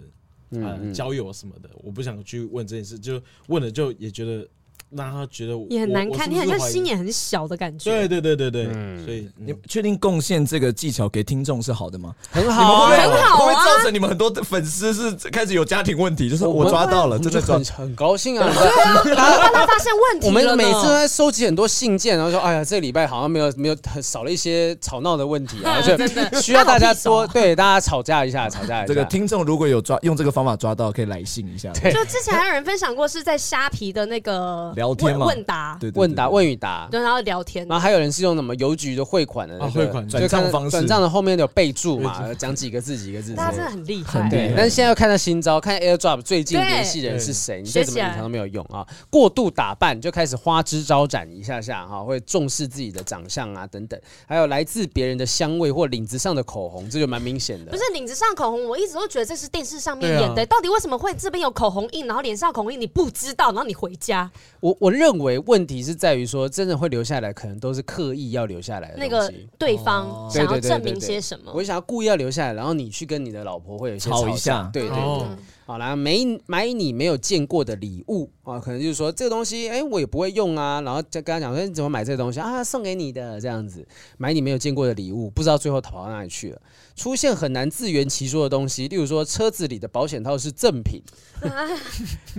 S4: 呃交友什么的，我不想去问这件事，就问了就也觉得让他觉得我
S2: 也很难看，你
S4: 我
S2: 很
S4: 是不是
S2: 像
S4: 怀疑
S2: 心眼很小的感觉。
S4: 对对对对
S2: 嗯
S4: 对，所以嗯
S3: 你
S4: 你
S3: 确定贡献这个技巧给听众是好的吗？
S1: 很好
S3: 你们会不会
S2: 很好啊
S3: 会不会造成你们很多的粉丝是开始有家庭问题？就是我抓到了，
S1: 我们
S3: 真的
S1: 就
S3: 抓
S1: 很。很高兴啊！
S2: 让他发现问题
S1: 我
S2: 了呢
S1: 们每次都在收集很多信件，然后说：“哎呀，这个礼拜好像没有 没有少了一些吵闹的问题啊，就需要大家多对大家吵架一下，吵架一下。”
S3: 这个听众如果有抓用这个方法抓到，可以来信一下。
S1: 对
S2: 就之前还有人分享过是在虾皮的那个
S3: 聊天
S2: 问
S3: 嘛
S2: 问答，
S3: 对对对
S1: 问答问与答，
S2: 对，然后聊天
S1: 然。后还有人是用什么邮局的汇款的那个
S4: 啊汇款
S1: 就看
S3: 转账方式
S1: 转账的后面有备注嘛，讲几个字几个字之类的。
S2: 大家真的很厉
S3: 很
S2: 害，
S1: 对
S3: 厉，害
S1: 但是现在要看到新招，看 AirDrop 最近
S2: 对
S1: 联系人是谁，你
S2: 学
S1: 再
S2: 起
S1: 怎么隐藏
S2: 来
S1: 都没有用啊！过度打扮就开始花枝招展一下下哈、会重视自己的长相啊等等，还有来自别人的香味或领子上的口红，这就蛮明显的。
S2: 不是领子上口红，我一直都觉得这是电视上面
S4: 对啊
S2: 演的，到底为什么会这边有口红印，然后脸上有口红印你不知道，然后你回家，
S1: 我我我认为问题是在于说，真的会留下来，可能都是刻意要留下来的
S2: 那
S1: 东
S2: 个
S1: 西
S2: 对
S3: 哦
S2: 方
S1: 对对
S2: 想要
S1: 对
S2: 证
S1: 对
S2: 明
S1: 对
S2: 些什么
S1: 我？想要故意要留下来，然后你去跟你的老婆会有一些
S3: 吵
S1: 吵
S3: 一下
S1: 对对对。
S4: 哦，
S1: 好啦，买买你没有见过的礼物啊，可能就是说这个东西，哎、我也不会用啊，然后再跟他讲说你怎么买这个东西啊，送给你的这样子，买你没有见过的礼物，不知道最后跑到哪里去了。出现很难自圆其说的东西，例如说车子里的保险套是赠 品。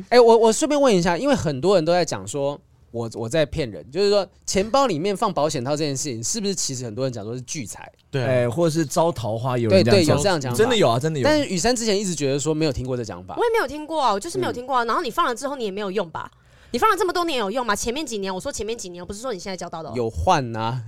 S1: 哎、我我顺便问一下，因为很多人都在讲说。我我在骗人，就是说钱包里面放保险套这件事情，是不是其实很多人讲说是聚财？
S4: 对啊，
S3: 哎，或者是招桃花，有
S1: 对
S3: 人
S1: 对，
S3: 讲
S1: 有这样讲法，
S3: 真的有啊，真的有。
S1: 但是雨珊之前一直觉得说没有听过这讲法
S2: 我，也没有听过啊，我就是没有听过啊。然后你放了之后，你也没有用吧？你放了这么多年有用吗？前面几年我说前面几年，不是说你现在交到的哦。
S1: 有换啊，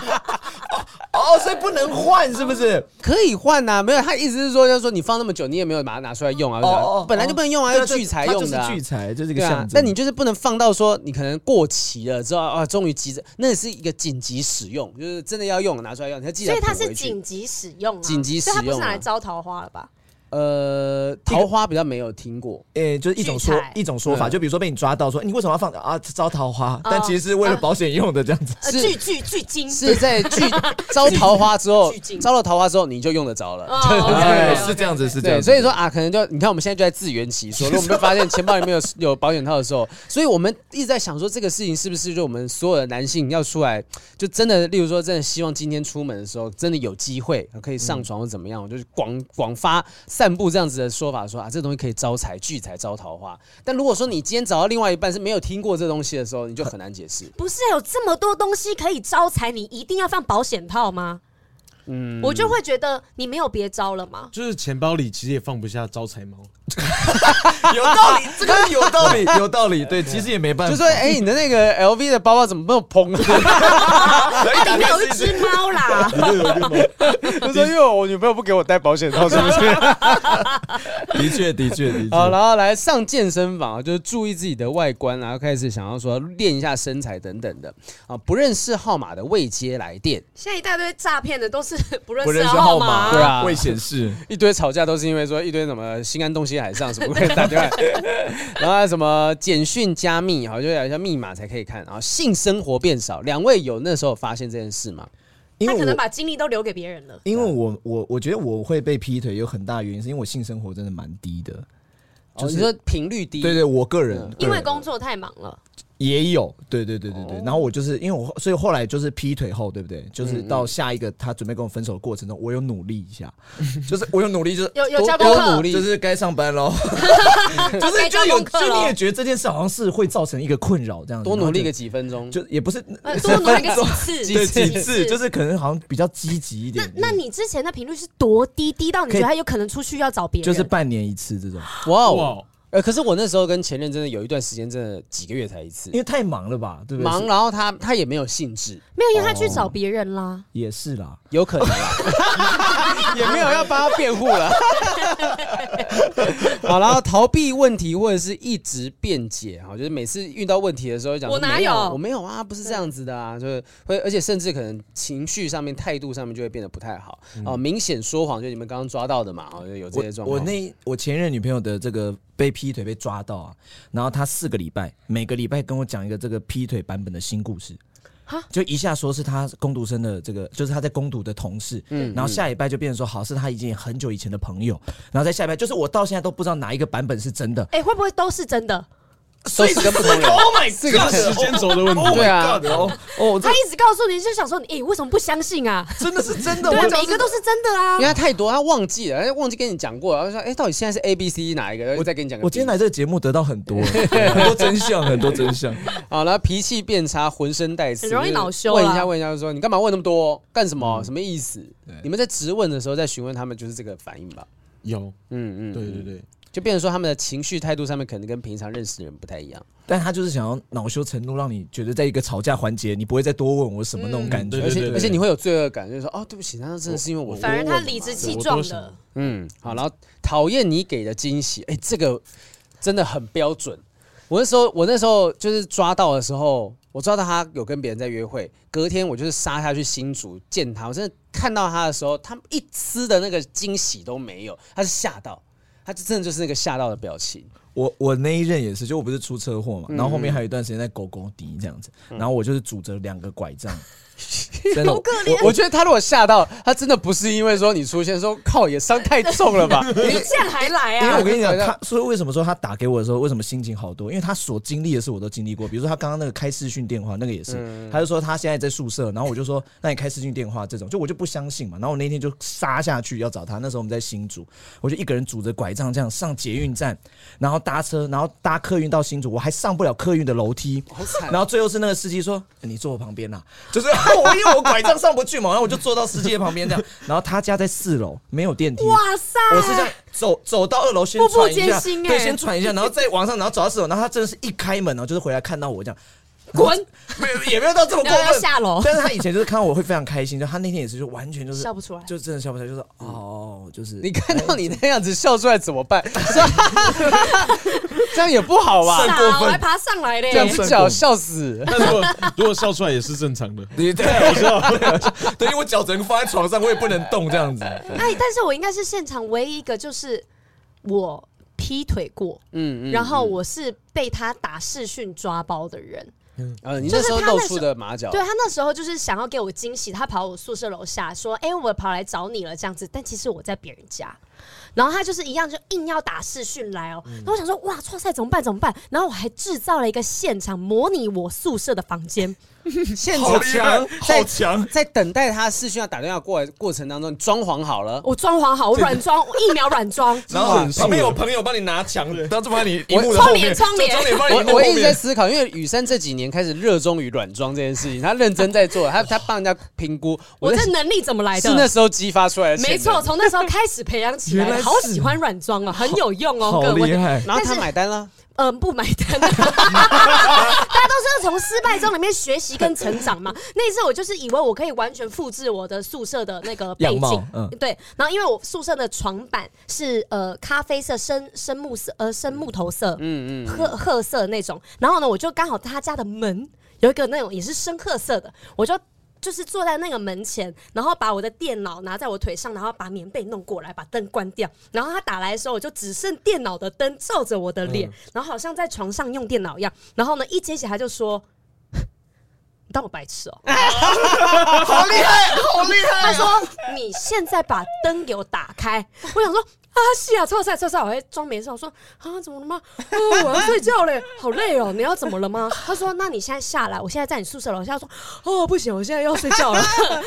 S3: 哦，所以不能换是不是？
S1: 可以换呐、没有，他意思是说，就是说你放那么久，你也没有把它拿出来用啊，
S3: 哦哦哦
S1: 本来就不能用啊，
S3: 对
S1: 要
S3: 啊这
S1: 聚财用的、
S3: 它
S1: 啊
S3: 就是。聚财，这是一个
S1: 对
S3: 象
S1: 啊
S3: 征。，
S1: 但你就是不能放到说你可能过期了之后啊，终于急着，那是一个紧急使用，就是真的要用拿出来用，你要记得
S2: 所以它
S1: 补回去
S2: 是紧急使用啊，
S1: 紧急使
S2: 所以
S1: 用啊
S2: 它不是拿来招桃花了吧？
S1: 呃，桃花比较没有听过，
S3: 诶，就是一种
S2: 聚
S3: 说
S2: 财
S3: 一种说法，
S1: 嗯
S3: 就比如说被你抓到说你为什么要放啊招桃花，但其实是为了保险用的这样子。
S2: 呃，
S1: 是
S2: 巨巨巨金
S1: 是在 聚招桃花之后
S2: 聚精，
S1: 招了桃花之后你就用得着了。
S2: 哦
S3: 哎
S2: OK，OK，OK
S3: 是这样子，是这
S1: 对，
S3: 样子。
S1: 所以说啊，可能就你看我们现在就在自圆其 说，如果我们就发现钱包里面有有保险套的时候， 所以我们一直在想说这个事情是不是就我们所有的男性要出来，就真的，例如说真的希望今天出门的时候真的有机会可以上床或怎么样，我就是广广发散布这样子的说法说啊，这东西可以招财聚财招桃花。但如果说你今天找到另外一半是没有听过这东西的时候，你就很难解 释。
S2: 不是有这么多东西可以招财，你一定要放保险套吗？嗯，我就会觉得你没有别招了吗？
S4: 就是钱包里其实也放不下招财猫，
S3: 有道理，这个有道理，有道理。对，其实也没办
S1: 就
S3: 法，
S1: 说哎、你的那个 LV 的包包怎么那么蓬啊？
S2: 啊，里面有一只猫 啦，
S1: 就说因为我女朋友不给我带保险套，是不是？
S3: 的确，的确，的
S1: 好，
S3: 确。
S1: 然后来上健身房啊，就是注意自己的外观啊，然后开始想要说练一下身材等等的啊。不认识号码的未接来电，
S2: 现在一大堆诈骗的都是不认
S3: 不
S2: 识
S3: 认
S2: 的
S3: 识号
S2: 码，
S3: 码，
S1: 对啊
S3: 会显示。
S1: 一堆吵架都是因为说一堆什么心安东西海上什么 鬼打电话，然后还有什么简讯加密，好就要一下密码才可以看啊。性生活变少，两位有那时候发现这件事吗？
S3: 因
S2: 他
S3: 为
S2: 可能
S3: 我
S2: 把精力都留给别人了。
S3: 因为我我我觉得我会被劈腿有很大原因，是因为我性生活真的蛮低的。
S1: 就是、哦你说频率低，
S3: 对对，我个人
S1: 嗯
S3: 个
S2: 因为
S3: 人
S2: 工作太忙了，
S3: 也有，对对对对对。然后我就是因为我，所以后来就是劈腿后，对不对？就是到下一个他准备跟我分手的过程中，我有努力一下，就是我有努力，就是
S2: 有有
S1: 多
S2: 交功
S1: 多努
S2: 课，哦
S1: 力，
S3: 就是该上班喽，就是
S2: 啊该
S3: 就
S2: 交
S3: 有
S2: 功课
S3: 就你
S2: 了
S3: 也。觉得这件事好像是会造成一个困扰这样子，
S1: 多努力
S3: 然
S1: 个
S3: 后
S1: 几分钟。
S3: 就就也不是
S2: 呃，多努力个几次，
S1: 几
S3: 对
S1: 次
S3: 几次，就是可能好像比较积极一点。
S2: 那你之前的频率是多低？低到你
S3: 可以
S2: 觉得他有可能出去要找别人？
S3: 就是半年一次这种，
S1: 哇哦！
S4: 哇，
S1: 呃，可是我那时候跟前任真的有一段时间，真的几个月才一次
S3: 因，为太忙了吧，对不对？
S1: 忙，然后他他也没有兴致。
S2: 没有，因为他去找别人啦。
S3: 也是啦。
S1: 有可能啦， 也没有要帮他辩护了。 好，然后逃避问题或者是一直辩解哈，就是每次遇到问题的时候讲说
S2: 我哪
S1: 没有，
S2: 有
S1: 我没有啊，不是这样子的啊，就是会，而且甚至可能情绪上面、态度上面就会变得不太好哦、明显说谎，就你们刚刚抓到的嘛，哦，就有这
S3: 我
S1: 些状况。
S3: 我那我前任女朋友的这个被劈腿被抓到啊，然后她四个礼拜，每个礼拜跟我讲一个这个劈腿版本的新故事
S2: 哈。
S3: 就一下说是她攻读生的这个，就是她在攻读的同事，嗯，然后下礼拜就变成说好是她已经很久以前的朋友，然后在下礼拜就是我到现在都不知道哪一个版本是真的，
S2: 哎，会不会都是真的？
S1: 都是跟不同人，
S3: Oh my
S1: 这个
S4: 时间轴的问题，
S1: 对啊，
S3: 哦哦，这
S2: 他一直告诉你，就想说你，哎，为什么不相信啊？
S3: 真的是真的，
S2: 对
S3: 我
S2: 啊，
S3: 讲
S2: 每一个都是真的啊
S1: 因为。他太多，他忘记了，他忘记跟你讲过了，然后说，哎、到底现在是 A、B、C 哪一个？我再跟你讲个 B。
S3: 我今天来这个节目得到很多很多真相，很多真相。
S1: 好，然后脾气变差，浑身带刺，
S2: 很容易恼羞啊
S1: 就是问一
S2: 啦
S1: 下，问一下，就说你干嘛问那么多？
S4: 嗯
S1: 干什么？什么意思？你们在质问的时候，在询问他们，就是这个反应吧？
S4: 有，
S1: 嗯嗯，
S4: 对对对，
S1: 就变成说他们的情绪态度上面，可能跟平常认识的人不太一样。
S3: 但他就是想要恼羞成怒，让你觉得在一个吵架环节，你不会再多问我什么那种感觉。
S4: 嗯
S1: 而
S4: 对
S1: 且
S4: 对
S1: 而且你会有罪恶感，就是说哦，对不起，那真的是因为我
S2: 反而
S1: 多
S2: 他
S1: 问了
S2: 理
S1: 嘛
S2: 直
S1: 对
S2: 气
S4: 我
S2: 壮
S4: 多想
S2: 的，
S1: 嗯，好，然后讨厌你给的惊喜，哎、这个真的很标准。我那时候，我那时候就是抓到的时候，我抓到他有跟别人在约会，隔天我就是杀下去新竹见他，我真的看到他的时候，他一丝的那个惊喜都没有，他是吓到，他真的就是那个吓到的表情。
S3: 我我那一任也是，就我不是出车祸嘛，然后后面还有一段时间在狗狗迪这样子，然后我就是拄着两个拐杖，真的
S2: 好可怜，
S1: 我觉得他如果吓到，他真的不是因为说你出现说靠也伤太重了吧？
S2: 你这样还来
S3: 因为
S2: 啊
S3: 我？跟你讲，他所以为什么说他打给我的时候，为什么心情好多？因为他所经历的事我都经历过。比如说他刚刚那个开视讯电话，那个也是，
S1: 嗯
S3: 他就说他现在在宿舍，然后我就说那你开视讯电话这种，就我就不相信嘛。然后我那天就杀下去要找他，那时候我们在新竹，我就一个人拄着拐杖这样上捷运站，然后搭车，然后搭客运到新竹，我还上不了客运的楼梯，
S1: 好惨
S3: 然后最后是那个司机说：“你坐我旁边啦、啊就是 我因为我拐杖上不去嘛，然后我就坐到司机的旁边这样。然后他家在四楼，没有电梯。
S2: 哇塞！
S3: 我是这样走走到二楼先
S2: 步步
S3: 喘一下，
S2: 艰辛欸
S3: 对，先喘一下，然后再往上，然后走到四楼，然后他真的是一开门，然哦后就是回来看到我这样，
S2: 滚！
S3: 没有也没有到这么过
S2: 要要
S3: 分。
S2: 下楼，
S3: 但是他以前就是看到我会非常开心，就他那天也是就完全就是
S2: 笑不出来
S3: 就真的笑不出来，就是哦，就是
S1: 你看到你那样子笑出来怎么办？ 说哈哈哈哈这样也不好吧？
S3: 算过
S2: 傻，
S3: 分
S2: 我还爬上来嘞
S1: 这。样不
S3: 算
S1: 巧
S3: 过
S1: 笑死。
S4: 那如果如果笑出来也是正常的，
S3: 你对，我知道， 对，因为我脚只能放在床上，我也不能动这样子。
S2: 哎，但是我应该是现场唯一一个，就是我劈腿过，
S1: 嗯嗯。
S2: 然后我是被他打视讯抓包的人。
S1: 呃，你
S2: 就
S1: 那
S2: 是
S1: 时候
S2: 他那
S1: 露
S2: 时
S1: 出的马脚，
S2: 对他那时候就是想要给我惊喜，他跑我宿舍楼下说：“哎、我跑来找你了。”这样子，但其实我在别人家。然后他就是一样，就硬要打视讯来
S3: 嗯
S2: 哦。然后我想说，哇，错赛怎么办？怎么办？然后我还制造了一个现场模拟我宿舍的房间，
S1: 现
S3: 好
S1: 场
S3: 强，好
S1: 在
S3: 强！
S1: 在等待他视讯要打电话过来过程当中，你装潢好了，
S2: 我装潢好，我软装，我一秒软装。
S3: 然后旁边有朋友帮你拿墙，然后就把你荧幕的
S2: 窗
S3: 后
S2: 帘
S3: 面，就
S2: 窗帘
S3: 窗帘帮你荧幕
S1: 我我
S3: 后
S1: 一直在
S3: 面。
S1: 思考，因为雨山这几年开始热衷于软装这件事情，他认真在做，他他帮人家评估，
S2: 我
S1: 在
S2: 这能力怎么来
S1: 是那
S2: 的？
S1: 时候激发出来的，
S2: 没错，。从那时候开始培养起来
S3: 原来
S2: 的，
S3: 是
S2: 好喜欢软装啊，很有用哦，
S3: 好
S2: 各
S3: 厉
S2: 位。
S3: 害！
S1: 然后
S2: 但
S1: 他
S2: 是
S1: 买单了，
S2: 嗯，不买单。 大家都是从失败中里面学习跟成长嘛。那一次我就是以为我可以完全复制我的宿舍的那个背
S3: 样貌
S2: 景，
S3: 嗯
S2: 对。然后因为我宿舍的床板是呃咖啡色、深深木色、呃深木头色，嗯嗯，褐褐色那种。然后呢，我就刚好他家的门有一个那种也是深褐色的，我就。就是坐在那个门前，然后把我的电脑拿在我腿上，然后把棉被弄过来，把灯关掉。然后他打来的时候，我就只剩电脑的灯照着我的脸，然后好像在床上用电脑一样。然后呢，一接起来他就说：“ 你当我白痴哦、
S3: 好厉害，好厉
S2: 他
S3: 害！
S2: 说：“你现在把灯给我打开。”我想说：“啊，是啊，错赛错赛！”我还装没事，我说：“啊，怎么了吗？哦，我要睡觉嘞，好累哦。你要怎么了吗？”他说：“那你现在下来，我现在在你宿舍楼下。”我说：“哦，不行，我现在要睡觉 了，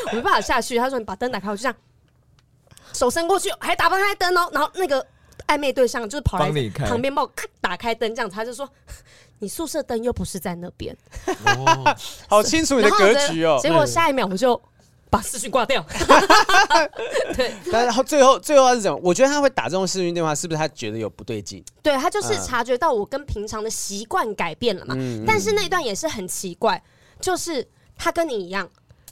S2: 我没办法下去。”他说：“你把灯打开。”我就这样手伸过去，还打不开灯哦。然后那个暧昧对象就是跑来
S3: 帮你开
S2: 旁边帮我咔打开灯，这样子他就说：“ 你宿舍灯又不是在那边。”
S1: 好清楚你的
S2: 然后
S1: 格
S2: 我
S1: 局哦。
S2: 结果下一秒我就把视讯挂 掉。对
S1: 但是最后最后他是怎么？我觉得他会打这种视讯电话，是不是他觉得有不对劲？
S2: 对，他就是
S1: 嗯
S2: 察觉到我跟平常的习惯改变了嘛。但是那一段也是很奇怪，就是他跟你一样。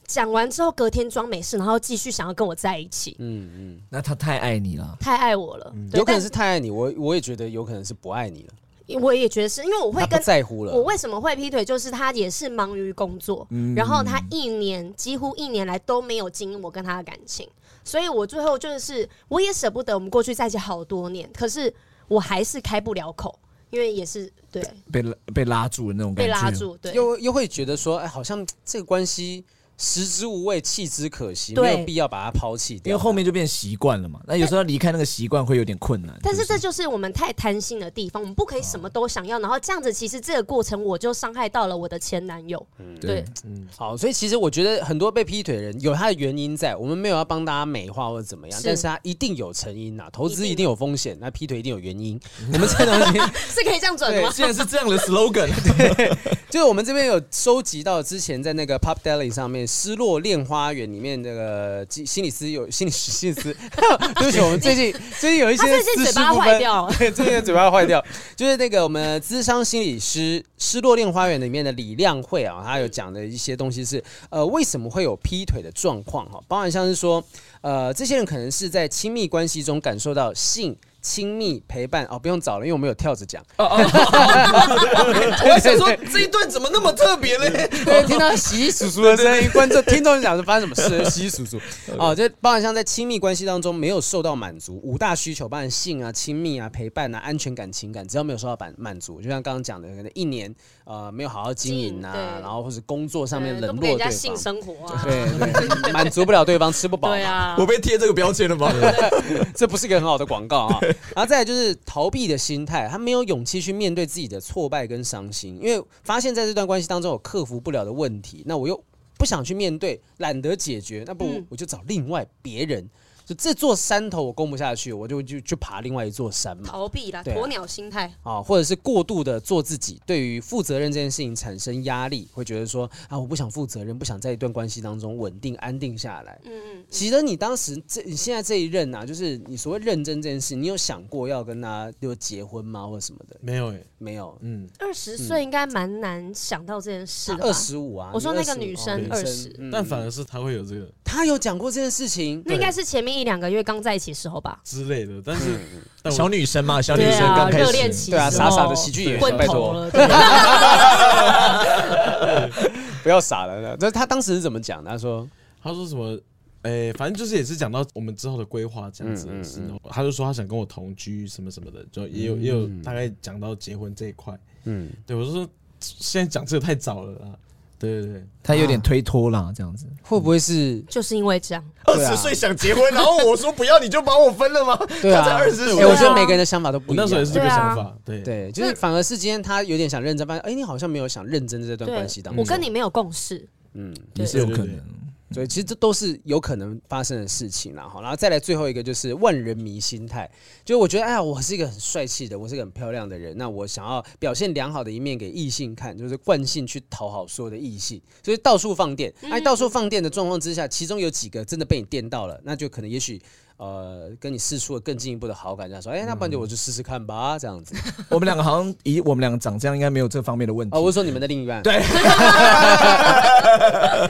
S2: 讲完之后，隔天装没事，然后继续想要跟我在一起，
S1: 嗯
S3: 那他太爱你了。
S2: 太爱我了。
S1: 嗯，
S2: 对
S1: 有可能是太爱你，我我也觉得有可能是不爱你了，
S2: 但我也觉得是因为我会
S1: 他不
S2: 跟
S1: 在乎了。
S2: 我为什么会劈腿，就是他也是忙于工作，然后他一年几乎一年来都没有经营我跟他的感情，所以我最后就是我也舍不得我们过去在一起好多年，可是我还是开不了口，因为也是对
S3: 被拉被拉住的那种感
S2: 被
S3: 觉，
S2: 拉。住，对
S1: 又又会觉得说，哎，好像这个关系食之无味，弃之可惜，
S2: 对
S1: 没有必要把它抛弃掉。
S3: 因为后面就变习惯了嘛，那有时候要离开那个习惯会有点困难。
S2: 但是
S3: 就
S2: 这就是我们太贪心的地方，我们不可以什么都想要，然后这样子，其实这个过程我就伤害到了我的前男友。
S1: 嗯
S2: 对，
S1: 好，所以其实我觉得很多被劈腿的人有他的原因在，我们没有要帮大家美化或者怎么样，
S2: 是
S1: 但是他一定有成因呐、投资
S2: 一定
S1: 一定有风险，那劈腿一定有原因。我们这东西，
S2: 是可以这样转的吗？
S3: 竟然是这样的 slogan，
S1: 就是我们这边有收集到之前在那个 Pop Deli 上面《失落恋花园》里面那个心心理师有心理师 心理师，对不起，我们最 近最近有一
S2: 他
S1: 些
S2: 最近
S1: 私
S2: 嘴
S1: 事
S2: 巴
S1: 不
S2: 坏
S1: 分
S2: 掉了
S1: 对，最近的嘴巴坏掉，就是那个我们资商心理师《失落恋花园》里面的李亮慧啊，他有讲的一些东西是，呃，为什么会有劈腿的状况哈？包含像是说，呃，这些人可能是在亲密关系中感受到性。亲密陪伴哦，不用找了，因为我们有跳着讲。
S3: 哦 我还想说这一段怎么那么特别嘞？
S1: 对，啊听到洗衣叔叔的声音，观众听众想说发生什么 事？洗衣叔叔哦，就包含像在亲密关系当中没有受到满足五大需求，包含性啊、亲密啊、陪伴啊、安全感、情感，只要没有受到满满足，就像刚刚讲的，可能一年呃没有好好经营
S2: 经营
S1: 啊
S2: 嗯对，
S1: 然后或是工作上面
S2: 嗯
S1: 冷
S2: 都不
S1: 落
S2: 给
S1: 对
S2: 人家
S1: 方，
S2: 性生活啊，
S1: 对 对，满足不了对方，吃不饱
S2: 对
S1: 嘛。
S2: 啊，
S3: 我被贴这个标签了吗？
S1: 这不是一个很好的广告啊。然后再来就是逃避的心态，他没有勇气去面对自己的挫败跟伤心，因为发现在这段关系当中有克服不了的问题，那我又不想去面对，懒得解决，那不如
S2: 嗯
S1: 我就找另外别人。就这座山头我攻不下去，我就就去爬另外一座山嘛。
S2: 逃避啦，
S1: 对啊
S2: 鸵鸟心态，
S1: 啊，或者是过度的做自己，对于负责任这件事情产生压力，会觉得说啊，我不想负责任，不想在一段关系当中稳定安定下来。
S2: 嗯嗯，
S1: 喜得你当时这你现在这一任啊，就是你所谓认真这件事，你有想过要跟他就结婚吗，或者什么的？
S4: 没有哎、
S1: 没有，
S4: 嗯，
S2: 二十岁应该蛮难想到这件事的吧
S1: 二。十五啊，
S2: 我说
S1: 你
S2: 那个
S1: 25
S2: 女
S1: 哦
S2: 生
S1: 女
S2: 20
S1: 嗯
S4: 但反而是他会有这个
S1: 他有讲过这件事情，
S2: 那应该是前面一两个月刚在一起的时候吧，
S4: 之类的，但是但我
S3: 小女生嘛，小女
S2: 对
S3: 生
S2: 啊，
S3: 刚开
S2: 热恋
S3: 始。
S2: 期
S1: 对啊，
S2: 时
S1: 傻傻的
S2: 候
S1: 喜剧演员，
S4: 对
S2: 昏
S1: 拜
S2: 头
S1: 托
S2: 了，对 啊
S1: 不要傻了。那他当时是怎么讲的？他说
S4: 他说什么？哎、反正就是也是讲到我们之后的规划这样子的事，他就说他想跟我同居什么什么的，就也有、也有大概讲到结婚这一块。
S1: 嗯，
S4: 对我就说现在讲这个太早了啦。对对对，
S3: 他有点推脱啦，这样子。
S1: 会不会是
S2: 就是因为这样，
S3: 二
S1: 对啊
S3: 十岁想结婚，然后我说不要，你就把我分了吗？
S1: 对啊
S3: 他才二十
S1: 哎、
S3: 岁
S1: 我觉得每个人的想法都不
S4: 我
S1: 一样。
S4: 那时候也是这个
S2: 对啊
S4: 想法。对
S1: 对，就是反而是今天他有点想认真，发现哎、你好像没有想认真在这段
S2: 对
S1: 关系当，中。
S2: 我跟你没有共识，
S1: 嗯，
S2: 对
S3: 也是有可
S4: 对对
S3: 能
S4: 对。
S1: 所以其实这都是有可能发生的事情啦。好，然后再来最后一个就是万人迷心态，就我觉得哎呀，我是一个很帅气的，我是一个很漂亮的人，那我想要表现良好的一面给异性看，就是惯性去讨好所有的异性，所以到处放电。哎，到处放电的状况之下，其中有几个真的被你电到了，那就可能也许。呃，跟你试出了更进一步的好感，这样说，哎、那不然就我就试试看吧，这样子。
S3: 我们两个好像以我们两个长这样，应该没有这方面的问题
S1: 哦，。我是说你们的另一半。对。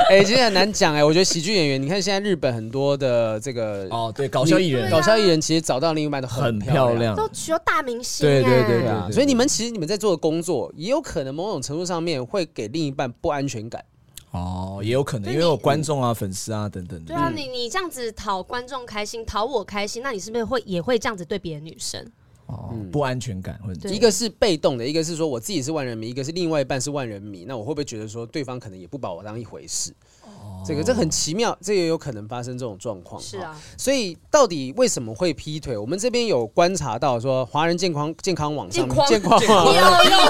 S1: 哎、其实很难讲哎、我觉得喜剧演员，你看现在日本很多的这个
S3: 哦，对，搞笑艺
S2: 啊
S3: 人
S1: 搞笑艺人其实找到另一半都
S3: 很
S1: 漂
S3: 漂。亮，
S2: 都只有大明星
S3: 对对
S2: 哎
S3: 对
S1: 对啊，
S3: 对
S1: 所以你们其实你们在做的工作，也有可能某种程度上面会给另一半不安全感。
S3: 哦，也有可能，
S2: 对
S3: 因为有观众啊、粉丝啊等等
S2: 对
S1: 嗯
S3: 的。
S2: 啊，你你这样子讨观众开心，讨我开心，那你是不是会也会这样子对别的女生？
S3: 哦，不安全感会。
S2: 对
S1: 一个是被动的，一个是说我自己是万人迷，一个是另外一半是万人迷。那我会不会觉得说对方可能也不把我当一回事？
S3: 哦
S1: 这个这很奇妙，这也有可能发生这种状况。
S2: 是
S1: 哈
S2: 啊，
S1: 所以到底为什么会劈腿？我们这边有观察到说，华人健康健康网上面
S2: 健
S1: 康
S2: 有
S1: 网。
S2: 有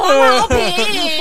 S2: 黄老平，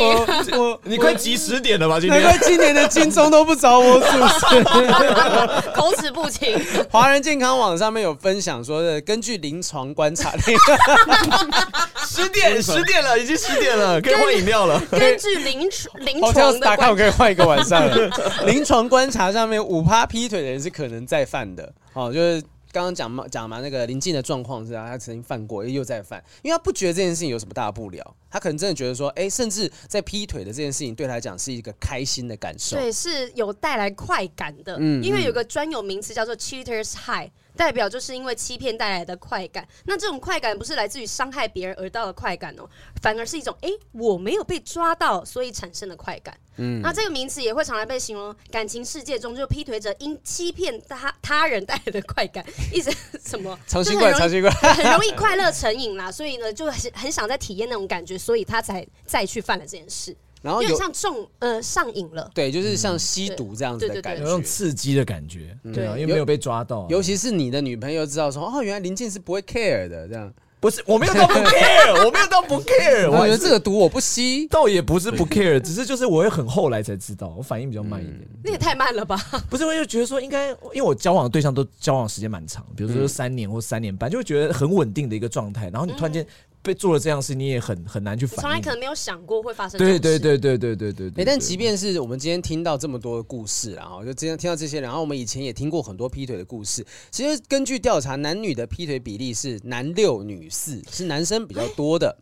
S1: 哦我
S3: 你快及时点了吧？今
S1: 难怪今年的金钟都不找我主持。
S2: 口齿不 清，
S1: 华人健康网上面有分享说的，根据临床观察，
S3: 十 点，十点了，已经十点了， 可以换饮料了。
S2: 根据临床临
S1: 好像
S2: 床
S1: 是
S2: 的
S1: 打卡，我
S2: 观，
S1: 可以换一个晚上 了。临床观察上面，五趴劈腿的人是可能再犯的。哦，就是刚刚讲嘛讲嘛，那个林静的状况是啊，他曾经犯过，又再犯，因为他不觉得这件事情有什么大不了，他可能真的觉得说，哎、甚至在劈腿的这件事情对他来讲是一个开心的感受。
S2: 对，是有带来快感的，
S1: 嗯
S2: 因为
S1: 嗯
S2: 有个专有名词叫做 cheaters high。代表就是因为欺骗带来的快感，那这种快感不是来自于伤害别人而到的快感哦，反而是一种诶，我没有被抓到，所以产生的快感。
S1: 嗯
S2: 那这个名词也会常常被形容感情世界中，就劈腿者因欺骗他他人带来的快感， 一直什么，
S1: 长
S2: 就
S1: 新
S2: 是
S1: 冠，
S2: 很
S1: 长
S2: 容易
S1: 新冠，
S2: 很容易快乐成瘾啦，所以呢，就很很想再体验那种感觉，所以他才再去犯了这件事，
S1: 然
S2: 有
S1: 后
S2: 点
S1: 哦有
S2: 像中呃上瘾了。
S1: 对，就是像吸毒这样子的
S2: 对对对
S1: 感
S2: 对
S1: 觉，
S3: 有那种刺激的感觉，对啊，因为没有被抓到啊。
S1: 尤其是你的女朋友知道说，哦，原来林静是不会 care 的，这样。
S3: 不是，我没有 到不 care，我没 有到不 care，
S1: 我
S3: 我
S1: 觉得
S3: 觉得
S1: 这
S3: 这
S1: 个毒我不吸。
S3: 倒也不是不 care，只是就是我会很后来才知道，我反应比较慢一点。
S2: 那也太慢了吧！
S3: 不是，我就觉得说应该，因为我交往的对象都交往时间蛮长，比如说三年或三年半，就会觉得很稳定的一个状态。然后你突然间被做了这样的事，你也很很难 去
S2: 从
S3: 反
S2: 来
S3: 应
S2: 可。能没有想过会发生这种
S3: 对
S2: 事。
S3: 对对对对对对
S1: 哎、
S3: 对。
S1: 但即便是我们今天听到这么多的故事啦，然后就今天听到这些，然后我们以前也听过很多劈腿的故事。其实根据调查，男女的劈腿比例是男六女四，是男生比较多的。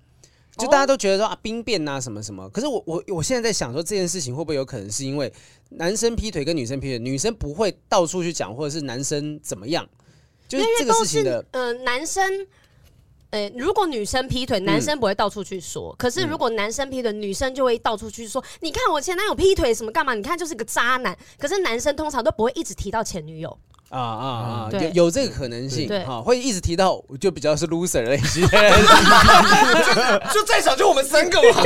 S1: 就大家都觉得说啊兵变啊什么什么，可是我我我现在在想说这件事情会不会有可能是因为男生劈腿跟女生劈腿，女生不会到处去讲，或者是男生怎么样，就是
S2: 因
S1: 这
S2: 为
S1: 个
S2: 都
S1: 事情
S2: 是
S1: 的
S2: 呃男生呃，如果女生劈腿，男生不会到处去说；可是如果男生劈腿，女生就会到处去说。你看我前男友劈腿什么干嘛？你看就是个渣男。可是男生通常都不会一直提到前女友。
S1: 啊啊啊！
S2: 对
S1: 有有这个可能性
S2: 对
S1: 哈，会一直提到就比较是 loser 类型。
S3: 就在场就我们三个 嘛，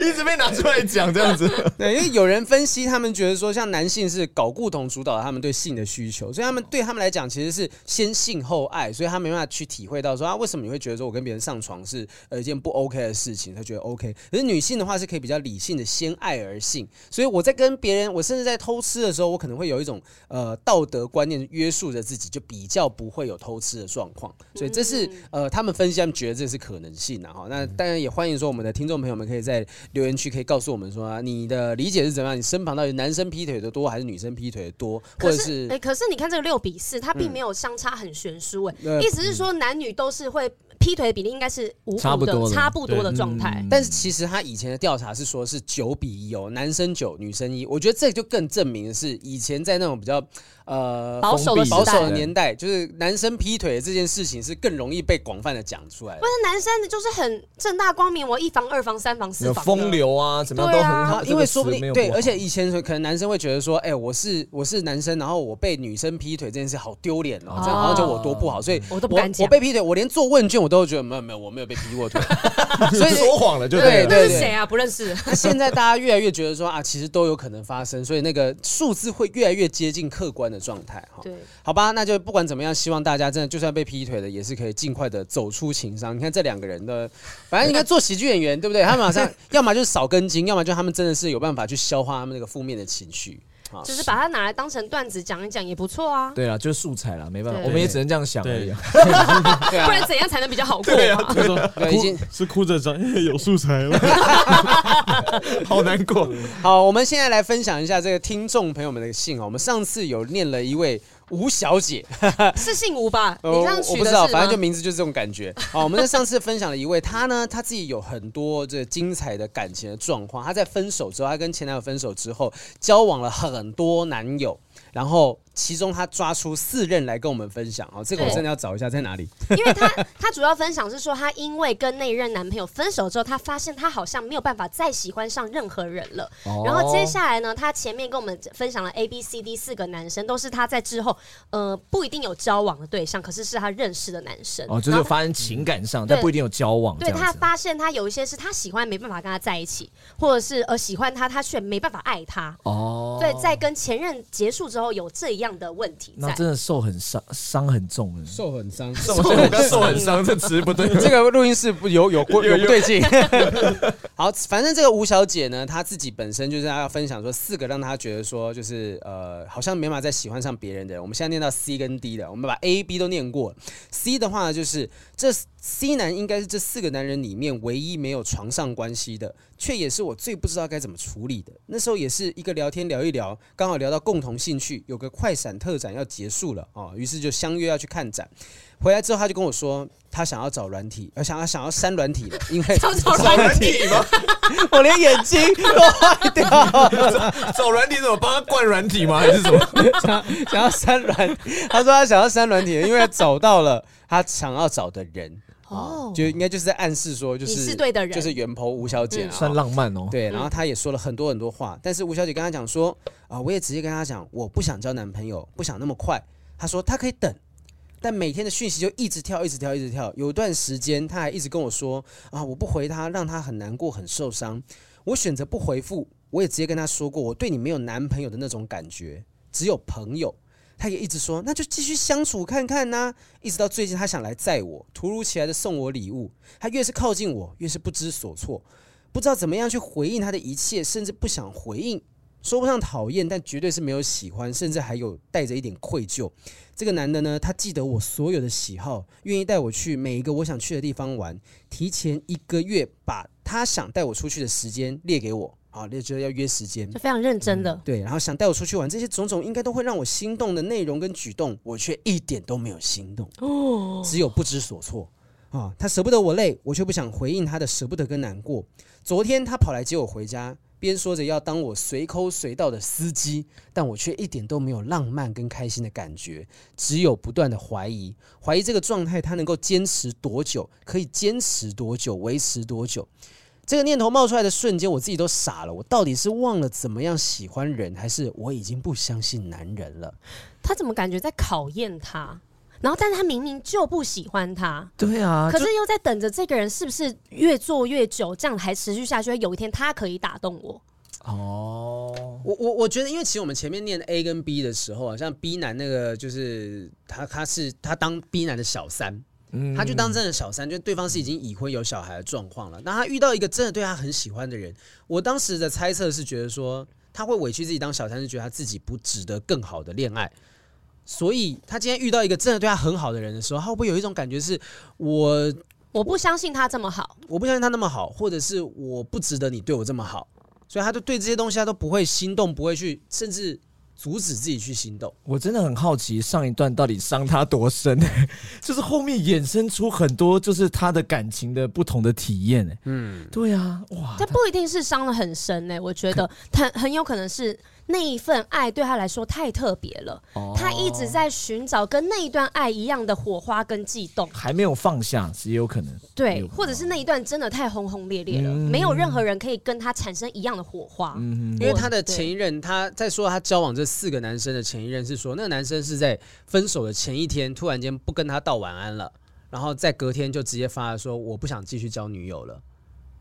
S3: 一直被拿出来讲这样子。
S1: 对，因为有人分析，他们觉得说，像男性是睾固酮主导了他们对性的需求，所以他们对他们来讲其实是先性后爱，所以他没办法去体会到说啊，为什么你会觉得说我跟别人上床是呃一件不 OK 的事情，他觉得 OK。可是女性的话是可以比较理性的先爱而性，所以我在跟别人，我甚至在偷吃的时候，我可能会有一种呃道德观念约束着自己，就比较不会有偷吃的状况。所以这是
S2: 嗯
S1: 呃他们分析，他们觉得这是可能性啊。哈，那当然也欢迎说我们的听众朋友们可以在留言区可以告诉我们说、啊、你的理解是怎么样，你身旁到底男生劈腿的多还是女生劈腿的多，或
S2: 可
S1: 者
S2: 是
S1: 是，
S2: 哎、可是你看这个六比四，它并没有相差很悬殊、哎、
S1: 呃
S2: 意思是说男女都是会劈腿的比例应该是五五的
S3: 差不多的
S2: 差不多的状态。
S1: 但是其实他以前的调查是说是九比一哦，男生九，女生一。我觉得这就更证明的是以前在那种比较呃
S2: 保守的时代
S1: 保守的年代，就是男生劈腿这件事情是更容易被广泛的讲出来的
S2: 不。是男生就是很正大光明，我一房、二房、三房、四
S3: 有
S2: 房，
S3: 风流啊，怎么样都
S2: 对
S3: 很
S2: 啊
S1: 啊
S3: 好，，
S1: 因为说不
S3: 这个词没
S1: 定
S3: 有
S1: 对，
S3: 好
S1: 而且以前可能男生会觉得说，哎、我是我是男生，然后我被女生劈腿这件事好丢脸哦，这样好像就我多不好，所以
S2: 我都不
S1: 我
S2: 敢讲
S1: 我被劈腿，我连做问卷我都觉得没有没有，我没有被劈过腿，所以
S3: 说谎了就
S1: 对
S3: 对
S1: 对
S2: 那
S3: 了。
S2: 是谁啊？不 认识。
S1: 那现在大家越来越觉得说啊，其实都有可能发生，所以那个数字会越来越接近客观的状态哈。
S2: 对，
S1: 好吧，那就不管怎么样，希望大家真的就算被劈腿的，也是可以尽快的走出情伤。你看这两个人 的，反正应该做喜剧演员，对不对？他们好像要么就是少根筋，要么就他们真的是有办法去消化他们那个负面的情绪。啊
S2: 就是把它拿来当成段子讲一讲也不错啊。
S3: 对啊，就是素材啦，没办法，
S2: 对
S3: 我们也只能这样想而已啊。
S1: 对
S2: 不
S1: 啊
S2: 然，怎样才能比较好过
S3: 对
S2: 嘛？
S4: 他说
S1: 对，已啊经
S4: 哭是哭着讲、欸有素材 了，
S3: 好难过。
S1: 好，我们现在来分享一下这个听众朋友们的信哦。我们上次有念了一位吴小姐，
S2: 是姓吴吧？
S1: 呃
S2: 你
S1: 我
S2: 这样
S1: 我
S2: 取
S1: 不
S2: 的
S1: 知
S2: 是
S1: 道，
S2: 吗？
S1: 反正就名字就是这种感觉。好，我们在上次分享了一位，她呢，她自己有很多这精彩的感情的状况。她在分手之后，她跟前男友分手之后，交往了很多男友，然后其中她抓出四任来跟我们分享。哦，这个我
S2: 对
S1: 真的要找一下在哪里。
S2: 因为她她主要分享是说，她因为跟那一任男朋友分手之后，她发现她好像没有办法再喜欢上任何人了。
S1: 哦
S2: 然后接下来呢，她前面跟我们分享了 A、B、C、D 四个男生，都是她在之后呃不一定有交往的对象，可是是她认识的男生。
S3: 哦，就
S2: 然
S3: 是
S2: 后
S3: 发生情感上，但不一定有交往哦这
S2: 对
S3: 样
S2: 他
S3: 子。
S2: 发现他有一些是他喜欢没办法跟他在一起，或者是呃喜欢他他却没办法爱他。
S3: 哦，
S2: 对，在跟前任结束之后有这样的问题
S3: 那
S2: 在。
S3: 真的受很伤， 伤很重了。
S1: 受很伤，
S3: 刚受很伤，这词不对。
S1: 这个录音室不有有过有不对劲。 好，反正这个吴小姐呢，她自己本身就是要分享说四个让她觉得说就是呃，好像没办法再喜欢上别人的人。我们现在念到 C 跟 D 的，我们把 A、B 都念过。C 的话呢，就是这 C 男应该是这四个男人里面唯一没有床上关系的，却也是我最不知道该怎么处理的。那时候也是一个聊天聊一聊，刚好聊到共同兴趣，有个快闪特展要结束了啊，哦于、是就相约要去看展。回来之后，他就跟我说，他想要找软体，呃，想要想要删软体了，因为
S2: 要找软体，
S1: 我连眼睛都坏掉了，
S3: 找软体怎么帮他灌软体吗？还是什么？
S1: 想想要删软，他说他想要删软体，因为找到了他想要找的人，
S2: 哦，
S1: 就应该就是在暗示说，就
S2: 你
S1: 是
S2: 是对的人嗯
S1: 就是袁鹏吴小姐啊，
S3: 算浪漫哦。
S1: 对，然后他也说了很多很多话，但是吴小姐跟他讲说，啊、我也直接跟他讲，我不想交男朋友，不想那么快。他说他可以等，但每天的讯息就一直跳，一直跳，一直跳。有一段时间，他还一直跟我说，啊，我不回他，让他很难过，很受伤。我选择不回复，我也直接跟他说过，我对你没有男朋友的那种感觉，只有朋友。他也一直说，那就继续相处看看呐、一直到最近，他想来载我，突如其来的送我礼物。他越是靠近我，越是不知所措。不知道怎么样去回应他的一切，甚至不想回应。说不上讨厌，但绝对是没有喜欢，甚至还有带着一点愧疚。这个男的呢，他记得我所有的喜好，愿意带我去每一个我想去的地方玩，提前一个月把他想带我出去的时间列给我，啊，列就是要约时间
S2: 就。非常认真
S3: 嗯
S2: 的。
S1: 对，然后想带我出去玩，这些种种应该都会让我心动的内容跟举动，我却一点都没有心动，只有不知所措啊！他舍不得我累，我却不想回应他的舍不得跟难过。昨天他跑来接我回家，边说着要当我随口随到的司机，但我却一点都没有浪漫跟开心的感觉，只有不断的怀疑，怀疑这个状态他能够坚持多久，可以坚持多久，维持多久。这个念头冒出来的瞬间，我自己都傻了。我到底是忘了怎么样喜欢人，还是我已经不相信男人了？
S2: 他怎么感觉在考验他？然后，但是他明明就不喜欢他，
S3: 对啊，
S2: 可是又在等着这个人是不是越做越久，这样还持续下去？有一天他可以打动我。
S3: 哦，
S1: 我我我觉得，因为其实我们前面念 A 跟 B 的时候啊，像 B 男那个就是他，他是他当 B 男的小三。嗯、他就当真的小三，就对方是已经已婚有小孩的状况了。那他遇到一个真的对他很喜欢的人，我当时的猜测是觉得说他会委屈自己当小三，是觉得他自己不值得更好的恋爱。所以他今天遇到一个真的对他很好的人的时候，他会不会有一种感觉是我
S2: 我不相信他这么好，
S1: 我不相信他那么好，或者是我不值得你对我这么好，所以他就对这些东西他都不会心动，不会去甚至。阻止自己去心动，
S3: 我真的很好奇上一段到底伤他多深、 欸，就是后面衍生出很多就是他的感情的不同的体验、欸，嗯，对啊，哇，
S2: 他不一定是伤的很深呢、欸，我觉得他很有可能是那一份爱对他来说太特别了，哦、他一直在寻找跟那一段爱一样的火花跟悸动，
S3: 还没有放下也有可能，
S1: 哎
S2: 对，或者是那一段真的太轰轰烈烈了，嗯、没有任何人可以跟他产生一样的火花，
S1: 嗯、因为他的前一任他在说他交往这。四个男生的前一任是说，那个男生是在分手的前一天突然间不跟他道晚安了，然后在隔天就直接发说我不想继续交女友了。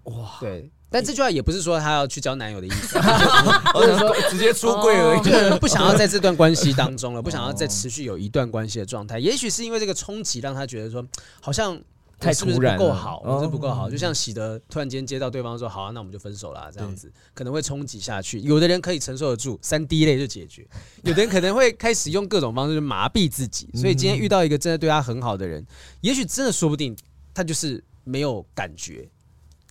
S3: 哇，
S1: 对，但这句话也不是说他要去交男友的意思，
S3: 我是说直接出柜而已，
S1: 就是 不想要在这段关系当中了，不想要再持续有一段关系的状态。也许是因为这个冲击让他觉得说，好像。
S3: 太
S1: 是不是
S3: 不
S1: 够好？我是不够好，就像喜德突然间接到对方说：“好、啊，那我们就分手啦。”这样子可能会冲击下去。有的人可以承受得住，三 D 类就解决；有的人可能会开始用各种方式麻痹自己。所以今天遇到一个真的对他很好的人，也许真的说不定他就是没有感觉，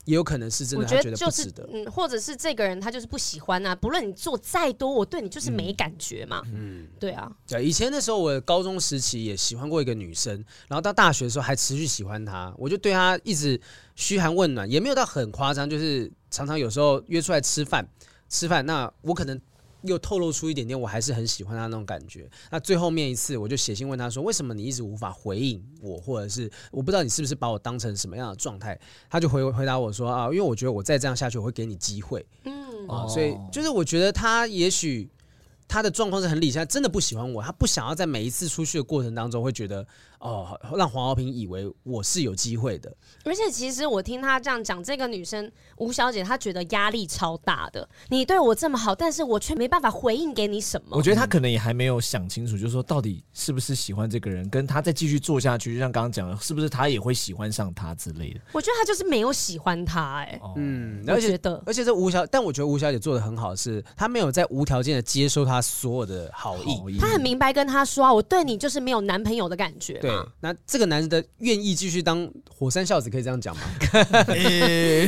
S1: 也有可能是真的他觉得不值得。
S2: 就是、嗯，或者是这个人他就是不喜欢啊。不论你做再多，我对你就是没感觉嘛。嗯，对啊。
S1: 对，以前那时候我高中时期也喜欢过一个女生，然后到大学的时候还持续喜欢她，我就对她一直嘘寒问暖，也没有到很夸张，就是呃常常有时候约出来吃饭，吃饭那呃我可能又透露出一点点我还是很喜欢她那种感觉。那最后面一次我就写信问她说，为什么你一直无法回应我，或者是我不知道你是不是把我当成什么样的状态？她就回回答我说啊，因为我觉得我再这样下去我会给你机会，嗯啊，所以就是我觉得她也许。他的状况是很理想，真的不喜欢我，他不想要在每一次出去的过程当中会觉得哦，让黄浩平以为我是有机会的。
S2: 而且其实我听他这样讲，这个女生吴小姐她觉得压力超大的，你对我这么好，但是我却没办法回应给你什么。
S3: 我觉得她可能也还没有想清楚，就是说到底是不是喜欢这个人，跟他再继续做下去，就像刚刚讲的，是不是他也会喜欢上他之类的。
S2: 我觉得他就是没有喜欢他、欸，哎、哦，嗯，
S1: 而
S2: 且得，
S1: 而且这吴小，但我觉得吴小姐做的很好是，是她没有在无条件的接受他。他所有的好意，
S2: 他很明白跟他说啊，我对你就是没有男朋友的感觉。
S1: 对，那这个男的愿意继续当火山孝子，可以这样讲 吗？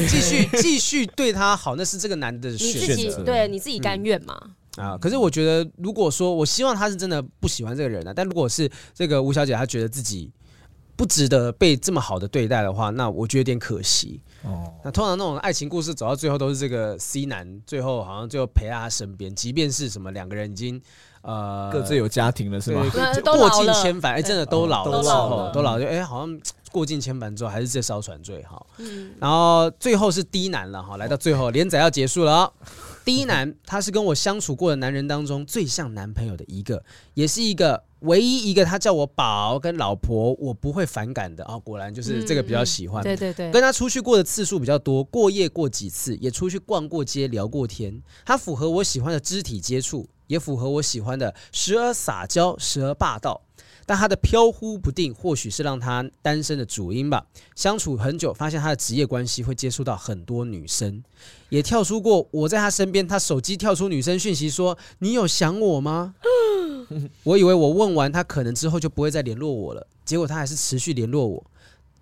S1: 继续继续对他好，那是这个男的选
S2: 择，你自己对你自己甘愿吗？嗯
S1: 啊，可是我觉得，如果说我希望他是真的不喜欢这个人啊，但如果是这个吴小姐，她觉得自己不值得被这么好的对待的话，那我觉得有点可惜。哦，那通常那种爱情故事走到最后都是这个 C 男，最后好像最后陪在他身边，即便是什么两个人已经呃
S3: 各自有家庭了，是吗？
S1: 过尽千帆，哎、欸，真的都老
S2: 了，都老了，
S1: 都老了，哎、欸，好像过尽千帆之后还是这艘船最好。嗯，然后最后是 D 男了哈，来到最后连载要结束了、哦。D 男他是跟我相处过的男人当中最像男朋友的一个，也是一个唯一一个他叫我宝跟老婆我不会反感的啊、哦，果然就是这个比较喜欢，嗯、
S2: 对对对，
S1: 跟他出去过的。次数比较多，过夜过几次，也出去逛过街、聊过天。他符合我喜欢的肢体接触，也符合我喜欢的时而撒娇，时而霸道。但他的飘忽不定，或许是让他单身的主因吧。相处很久，发现他的职业关系会接触到很多女生，也跳出过我在他身边，他手机跳出女生讯息说：“你有想我吗？” 我以为我问完他，可能之后就不会再联络我了，结果他还是持续联络我。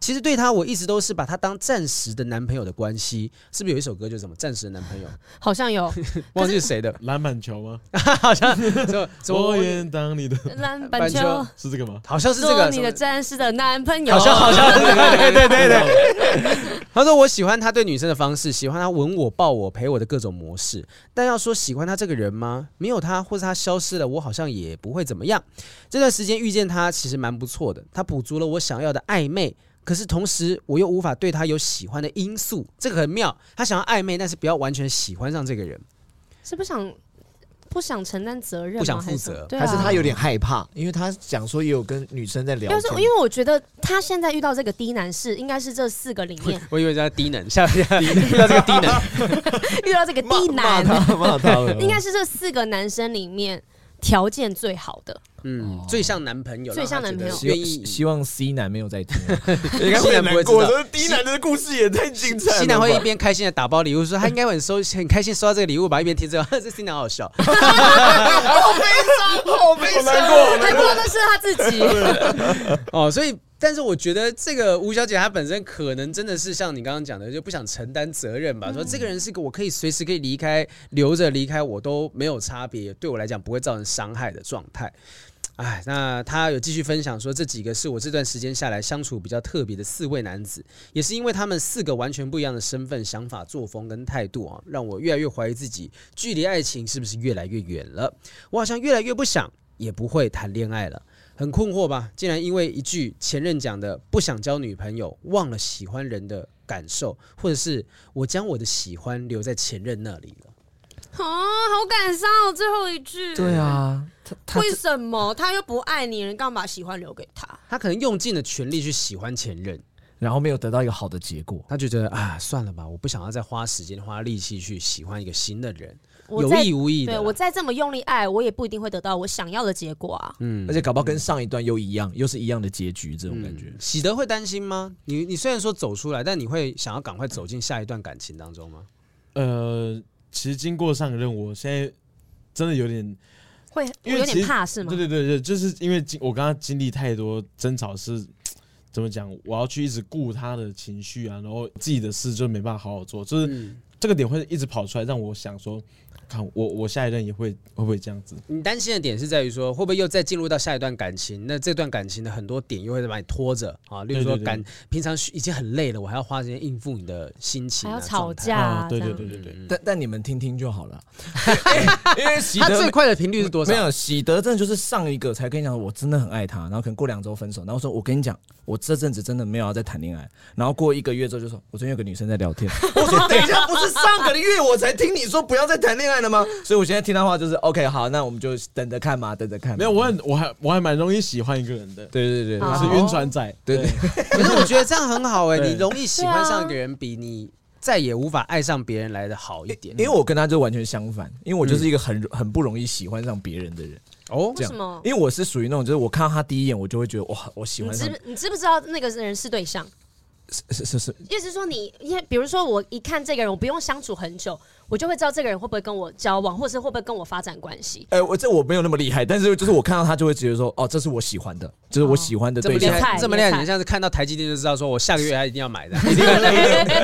S1: 其实对他，我一直都是把他当暂时的男朋友的关系，是不是有一首歌就是什么暂时的男朋友？
S2: 好像 有
S1: 忘记是谁 的，
S4: 篮板球吗？
S1: 好像什
S4: 我
S1: 么
S4: 愿当你的，
S2: 篮
S1: 板
S2: 板
S1: 球
S2: 球，
S4: 是这个吗？
S1: 好像是这
S2: 做
S1: 个，什
S2: 你的
S1: 么
S2: 战士的男朋友，
S1: 好像好像，对对对对对。 他说我喜欢他对女生的方式，喜欢他吻我、抱我、陪我的各种模式。但要说喜欢他这个人吗？没有他，或是他消失了，我好像也不会怎么样。这段时间遇见他其实蛮不错的，他补足了我想要的暧昧。可是同时，我又无法对他有喜欢的因素，这个很妙。他想要暧昧，但是不要完全喜欢上这个人。
S2: 是不想不想承担责任吗，
S1: 不想负
S2: 还是什么
S1: 责
S2: 对啊
S3: 还是他有点害怕，因为他讲说也有跟女生在聊
S2: 要
S3: 天，
S2: 是因为我觉得他现在遇到这个低男是应该是这四个里面
S1: 我以为叫他低能，下下遇到这个低能，
S2: 遇到这个低
S3: 骂
S2: 男，
S3: 他骂他了，
S2: 应该是这四个男生里面条件最好的。
S1: 嗯，最像男朋友，
S2: 最像男朋友
S1: 让他觉
S5: 希望
S1: 得愿意
S5: 希望 C 男没有在
S3: 啊
S5: 听，
S3: 应该
S1: 西
S3: 会
S1: 南不会
S3: 难
S1: 知道
S3: 过。这低男的故事也太精彩了吧，
S1: 西南会一边开心的打包礼物，说他应该会很收很开心收到这个礼物吧，一边听着 这西南好笑，
S3: 好悲伤，
S2: 还不知道那是他自己，
S1: 哦，所以。但是我觉得这个吴小姐她本身可能真的是像你刚刚讲的，就不想承担责任吧。说这个人是个我可以随时可以离开、留着离开，我都没有差别，对我来讲不会造成伤害的状态。哎，那她有继续分享说，这几个是我这段时间下来相处比较特别的四位男子，也是因为他们四个完全不一样的身份、想法、作风跟态度啊，让我越来越怀疑自己距离爱情是不是越来越远了。我好像越来越不想，也不会谈恋爱了。很困惑吧？竟然因为一句前任讲的“不想交女朋友”，忘了喜欢人的感受，或者是我将我的喜欢留在前任那里了。
S2: 啊，好感伤哦，最后一句。
S3: 对，啊，他他
S2: 为什么他又不爱你，人干嘛把喜欢留给他？
S1: 他可能用尽了全力去喜欢前任，
S3: 然后没有得到一个好的结果，
S1: 他觉得啊，算了吧，我不想要再花时间、花力气去喜欢一个新的人，
S2: 我
S1: 有
S2: 再
S1: 意无意的
S2: 对
S1: 啦。
S2: 我再这么用力爱，我也不一定会得到我想要的结果啊。
S4: 嗯
S3: 而且搞不好跟上一段又一样，又是一样的结局，这种感觉。
S1: 嗯喜德会担心吗？你你虽然说走出来，但你会想要赶快走进下一段感情当中吗？
S4: 呃，其实经过上一任，我现在真的有点
S2: 会我
S4: 因为
S2: 有
S4: 其
S2: 点
S4: 实
S2: 怕是吗
S4: 对？对对对，就是因为经我跟他经历太多争吵是。怎么讲？我要去一直顾他的情绪啊，然后自己的事就没办法好好做，就是
S1: 嗯
S4: 这个点会一直跑出来，让我想说，看我我下一任也会会不会这样子？
S1: 你担心的点是在于说，会不会又再进入到下一段感情？那这段感情的很多点又会把你拖着啊，例如说
S4: 对对对
S1: 感平常已经很累了，我还要花时间应付你的心情、
S2: 还
S1: 啊，
S2: 要吵
S1: 状态。
S2: 架、啊
S4: 对
S2: 这
S4: 对
S2: 样
S4: 对对
S1: 嗯
S4: 对，
S3: 但但你们听听就好 了，因为喜
S1: 他
S3: 德
S1: 最
S3: 没
S1: 快的频率是多少？
S3: 没有喜德真的就是上一个才跟你讲我真的很爱他，然后可能过两周分手，然后说我跟你讲我这阵子真的没有要再谈恋爱，然后过一个月之后就说我昨天有个女生在聊 天，我说等一下不是上个月我才听你说不要再谈恋爱了吗？所以我现在听他话就是 OK 好，那我们就等着看嘛，等着看嘛。
S4: 没有，我很我还我还蛮容易喜欢一个人的，
S3: 对对对
S4: 我
S3: 对
S4: 是
S2: 哦
S4: 晕船仔，
S3: 对对。
S1: 可是我觉得这样很好哎、
S4: 对
S1: 你容易喜欢上一个人，
S2: 啊
S1: 比你再也无法爱上别人来的好一点
S3: 因为我跟他就完全相反，因为我就是一个很、很不容易喜欢上别人的人，
S1: 哦。
S2: 为
S3: 这样
S2: 什么？
S3: 因为我是属于那种，就是我看到他第一眼，我就会觉得哇，我喜
S2: 你
S3: 欢上
S2: 知不你知不知道那个人是对象？
S3: 是是是，
S2: 意思是说你，因为比如说我一看这个人，我不用相处很久，我就会知道这个人会不会跟我交往，或者是会不会跟我发展关系。
S3: 哎、我这我没有那么厉害，但是就是我看到他就会觉得说，哦，这是我喜欢的，这是我喜欢的
S1: 这么
S3: 对
S1: 厉
S3: 象
S2: 有，
S1: 害
S2: 菜，
S1: 这么厉害，
S2: 有菜
S1: 你像是看到台积电就知道，说我下个月还一定要买的。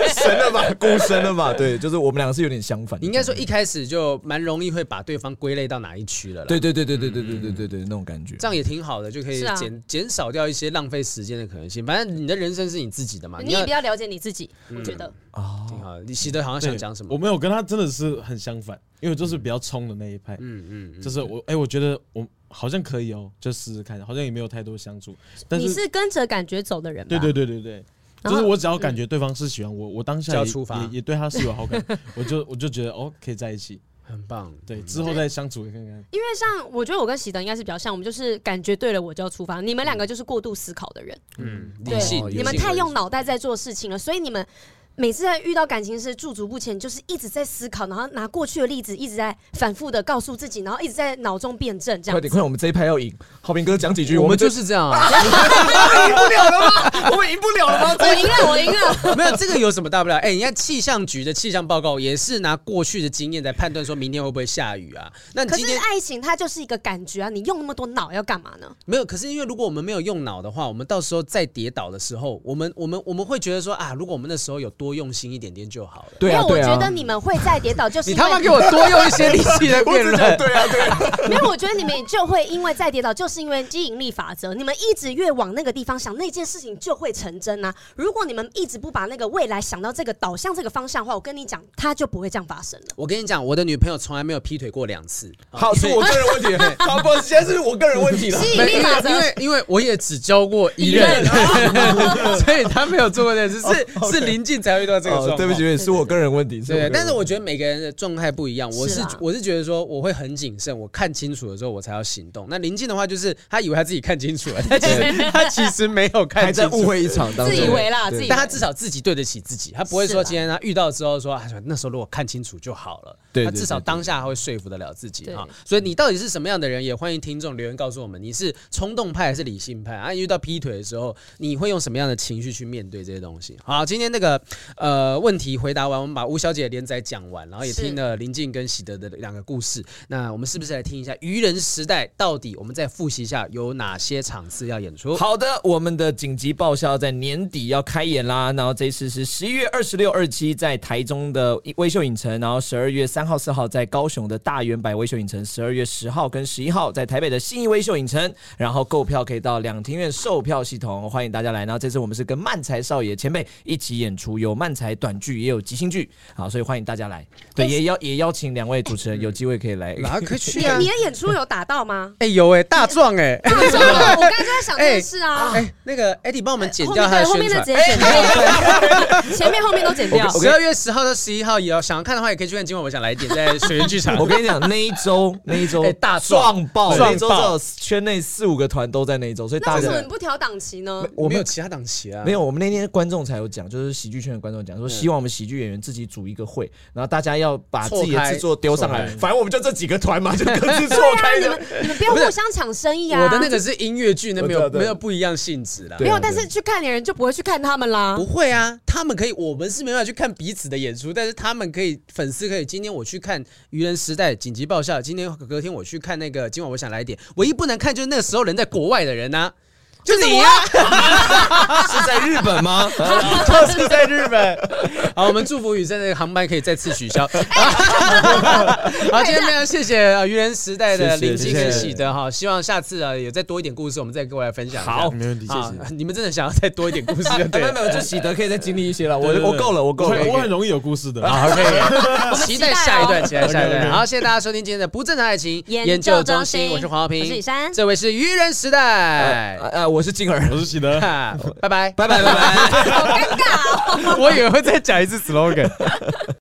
S3: 神了吧，孤身了吧，对，就是我们两个是有点相反的。
S1: 你应该说一开始就蛮容易会把对方归类到哪一区了啦。
S3: 对对对对对对对对对对，那种感觉
S1: 这。样也挺好的，就可以
S2: 是啊
S1: 减减少掉一些浪费时间的可能性。反正你的人生啊是你自己的嘛，
S2: 你
S1: 要
S2: 也比较了解你自己，我觉得。
S1: 挺好的。你喜德好像
S4: 对
S1: 想讲什么？
S4: 我没有跟他真的是很相反，因为我就是比较冲的那一派，
S1: 嗯嗯，
S4: 就是我哎、我觉得我好像可以哦、就试试看，好像也没有太多相处，但
S2: 你
S4: 是
S2: 是跟着感觉走的人吧？
S4: 对对对对对。
S2: 然
S4: 就
S2: 后嗯
S4: 是我只要感觉对方是喜欢我，我当下
S1: 就要
S4: 也
S1: 出发
S4: 也也对他是有 好感，我就我就觉得哦可以在一起，
S1: 很棒。
S4: 对，
S3: 嗯
S4: 之后再相处看看。
S2: 因为像我觉得我跟喜德应该是比较像，我们就是感觉对了我就要出发，你们两个就是过度思考的人，
S1: 嗯，
S2: 对
S1: 理性，
S3: 哦
S1: 理性
S2: 你们太
S1: 为
S2: 用
S1: 主
S2: 脑袋在做事情了，所以你们每次在遇到感情事驻足不前，就是一直在思考，然后拿过去的例子一直在反复的告诉自己，然后一直在脑中辩证这
S3: 快
S2: 样
S3: 点
S2: 子。
S3: 快点，我们这一拍要赢。浩平哥讲几句，
S1: 我们
S3: 就
S1: 就是这样啊，
S3: 赢不了了吗？我们赢不了了吗？
S2: 哦我赢了，我赢 了。
S1: 没有这个有什么大不了？哎、人家气象局的气象报告也是拿过去的经验来判断说明天会不会下雨啊。那你
S2: 可
S1: 今
S2: 是
S1: 天
S2: 爱情它就是一个感觉啊，你用那么多脑要干嘛呢？
S1: 没有？可是因为如果我们没有用脑的话，我们到时候再跌倒的时候，我们我们我们会觉得说啊，如果我们那时候有多用心一点点就好了。
S3: 对
S2: 因
S3: 啊
S2: 为我
S3: 对
S2: 觉得
S3: 啊。
S2: 你们会再跌倒，就是
S1: 你
S2: 因为
S1: 他妈给我多用一些力气 来辩论，
S6: 对啊，对啊，
S2: 没有，我觉得你们就会因为再跌倒，就是因为吸引力法则，你们一直越往那个地方想，那件事情就会成真啊。如果你们一直不把那个未来想到这个导向这个方向的话，我跟你讲，它就不会这样发生了。
S1: 我跟你讲，我的女朋友从来没有劈腿过两次。
S3: 好，是我个人问题。 好，不好意思，现在是我个人问题了。
S2: 吸引
S1: 没
S2: 力
S1: 因为
S2: 法则
S1: 因为因为我也只教过一哦任， 所以他没有做过这件事，是是临近才会遇到这个状
S3: 哦，
S1: 况。
S3: 对不起，是我个人问题。是
S1: 对，但是
S3: 我
S1: 我觉得每个人的状态不一样，我是
S2: 是啊
S1: 我是觉得说我会很谨慎，我看清楚了之后我才要行动。那林静的话就是他以为他自己看清楚了，但其 实他其实没有
S3: 个人
S1: 看
S3: 问题还在
S1: 清楚
S3: 误。会一场当
S2: 自
S3: 中，
S2: 以为啦，
S3: 对
S2: 自以
S1: 但他
S2: 为。
S1: 至少自己对得起自己，他不会说
S2: 是啦
S1: 今天他遇到之后说，哎那时候如果看清楚就好了。
S3: 对
S1: 他
S3: 对
S1: 至少
S3: 对对
S1: 当下他会说服得了自己
S2: 对
S1: 哈。所以你到底是什么样的人，也欢迎听众留言告诉我们，你是冲动派还是理性派啊？遇到劈腿的时候，你会用什么样的情绪去面对这些东西？好，今天那个呃问题回答完，我们把吴小姐的连载讲完，然后也
S2: 是
S1: 听了林静跟喜德的两个故事。那我们是不是来听一下愚人时代到底我们再复习一下有哪些场次要演出？
S3: 好的，我们的紧急报销在年底要开演啦，然后这次是十一月二十六、二七在台中的微秀影城，然后十二月三号、四号在高雄的大圆柏微秀影城，十二月十号跟十一号在台北的信义微秀影城，然后购票可以到两厅院售票系统，欢迎大家来。然后这次我们是跟漫才少爷前辈一起演出，有漫才短剧，也有即兴剧，好，所以欢迎大家来。对，也邀也邀请两位主持人，有机会可以 来。
S1: 哎哪可以去啊
S2: 你你的演出有打到吗？
S1: 哎、有哎、大壮哎、
S2: 大壮啊我刚才就在想这件事啊。
S1: 哎、那个 Eddie 帮我们剪
S2: 后
S1: 掉
S2: 面
S1: 他的
S2: 对后
S1: 宣
S2: 面
S1: 传
S2: 的直。接剪掉，前面后面都剪掉。
S1: 十二月十号到十一号也要想要看的话，也可以去看。今晚我想来一点，在学院剧场。
S3: 我跟你讲，那一周那一周、
S1: 哎大撞
S3: 撞爆，
S1: 撞爆
S3: 那一周至少圈内四五个团都在那一周，所以
S2: 那
S3: 大
S2: 为
S3: 家
S2: 什么你不调档期呢？
S1: 我
S3: 我
S1: 没有
S3: 们
S1: 其他档期啊，
S3: 没有，我们那天观众才有讲，就是喜剧圈的观众讲说，希望我们喜剧演员自己组一个会，然后大家要把自
S1: 错
S3: 己的
S1: 开
S3: 制作丢上来
S1: 错开，
S3: 反正我们就这几个团嘛，就各 自错
S2: 对啊，
S3: 开
S2: 你
S3: 的。
S2: 们你们不要互相抢生意啊！
S1: 我的那个是音乐剧，那没有
S3: 我知道
S1: 没有不一样性质啦。
S3: 对
S2: 没有，但是去看的人就不会去看他们啦
S1: 不。会啊，他们可以，我们是没办法去看彼此的演出，但是他们可以，粉丝可以。今天我去看《愚人时代》紧急爆笑，今天隔天我去看那个，今晚我想来一点。唯一不能看就是那个时候人在国外的人呐、就你呀、
S3: 是在日本吗？
S1: 就是在日本。好，我们祝福雨生的航班可以再次取 消。好，今天非常谢谢呃愚人时代的
S3: 谢谢
S1: 林静
S3: 谢
S1: 跟
S3: 谢
S1: 喜德哈，希望下次啊也再多一点故事，我们再跟我来分享一下。
S3: 好
S4: 没问题，谢
S1: 啊
S4: 谢。，
S1: 你们真的想要再多一点故事就
S3: 哎没
S1: 对
S3: 有没
S1: 了。
S3: 有，就喜德可以再经历一些了，我
S4: 对对对
S3: 我够了，我够了。
S4: 我很我
S3: 我
S4: 很容易有故 事的。
S1: 好，可以，期待
S2: 期待
S1: 下
S2: 哦
S1: 一段，期待下一段。
S4: OK，OK
S1: 好，谢谢大家收听今天的不正常爱情
S2: 研
S1: 研
S2: 究
S1: 究
S2: 中
S1: 中
S2: 心
S1: 心，我是黄浩平，
S2: 我是雨珊
S1: 这位是愚人时代，
S3: 呃，我是静儿，
S4: 我是喜德，
S1: 哈拜拜，
S3: 拜拜拜拜。
S2: 好尴尬哦。
S1: 我以为会再讲一次 slogan。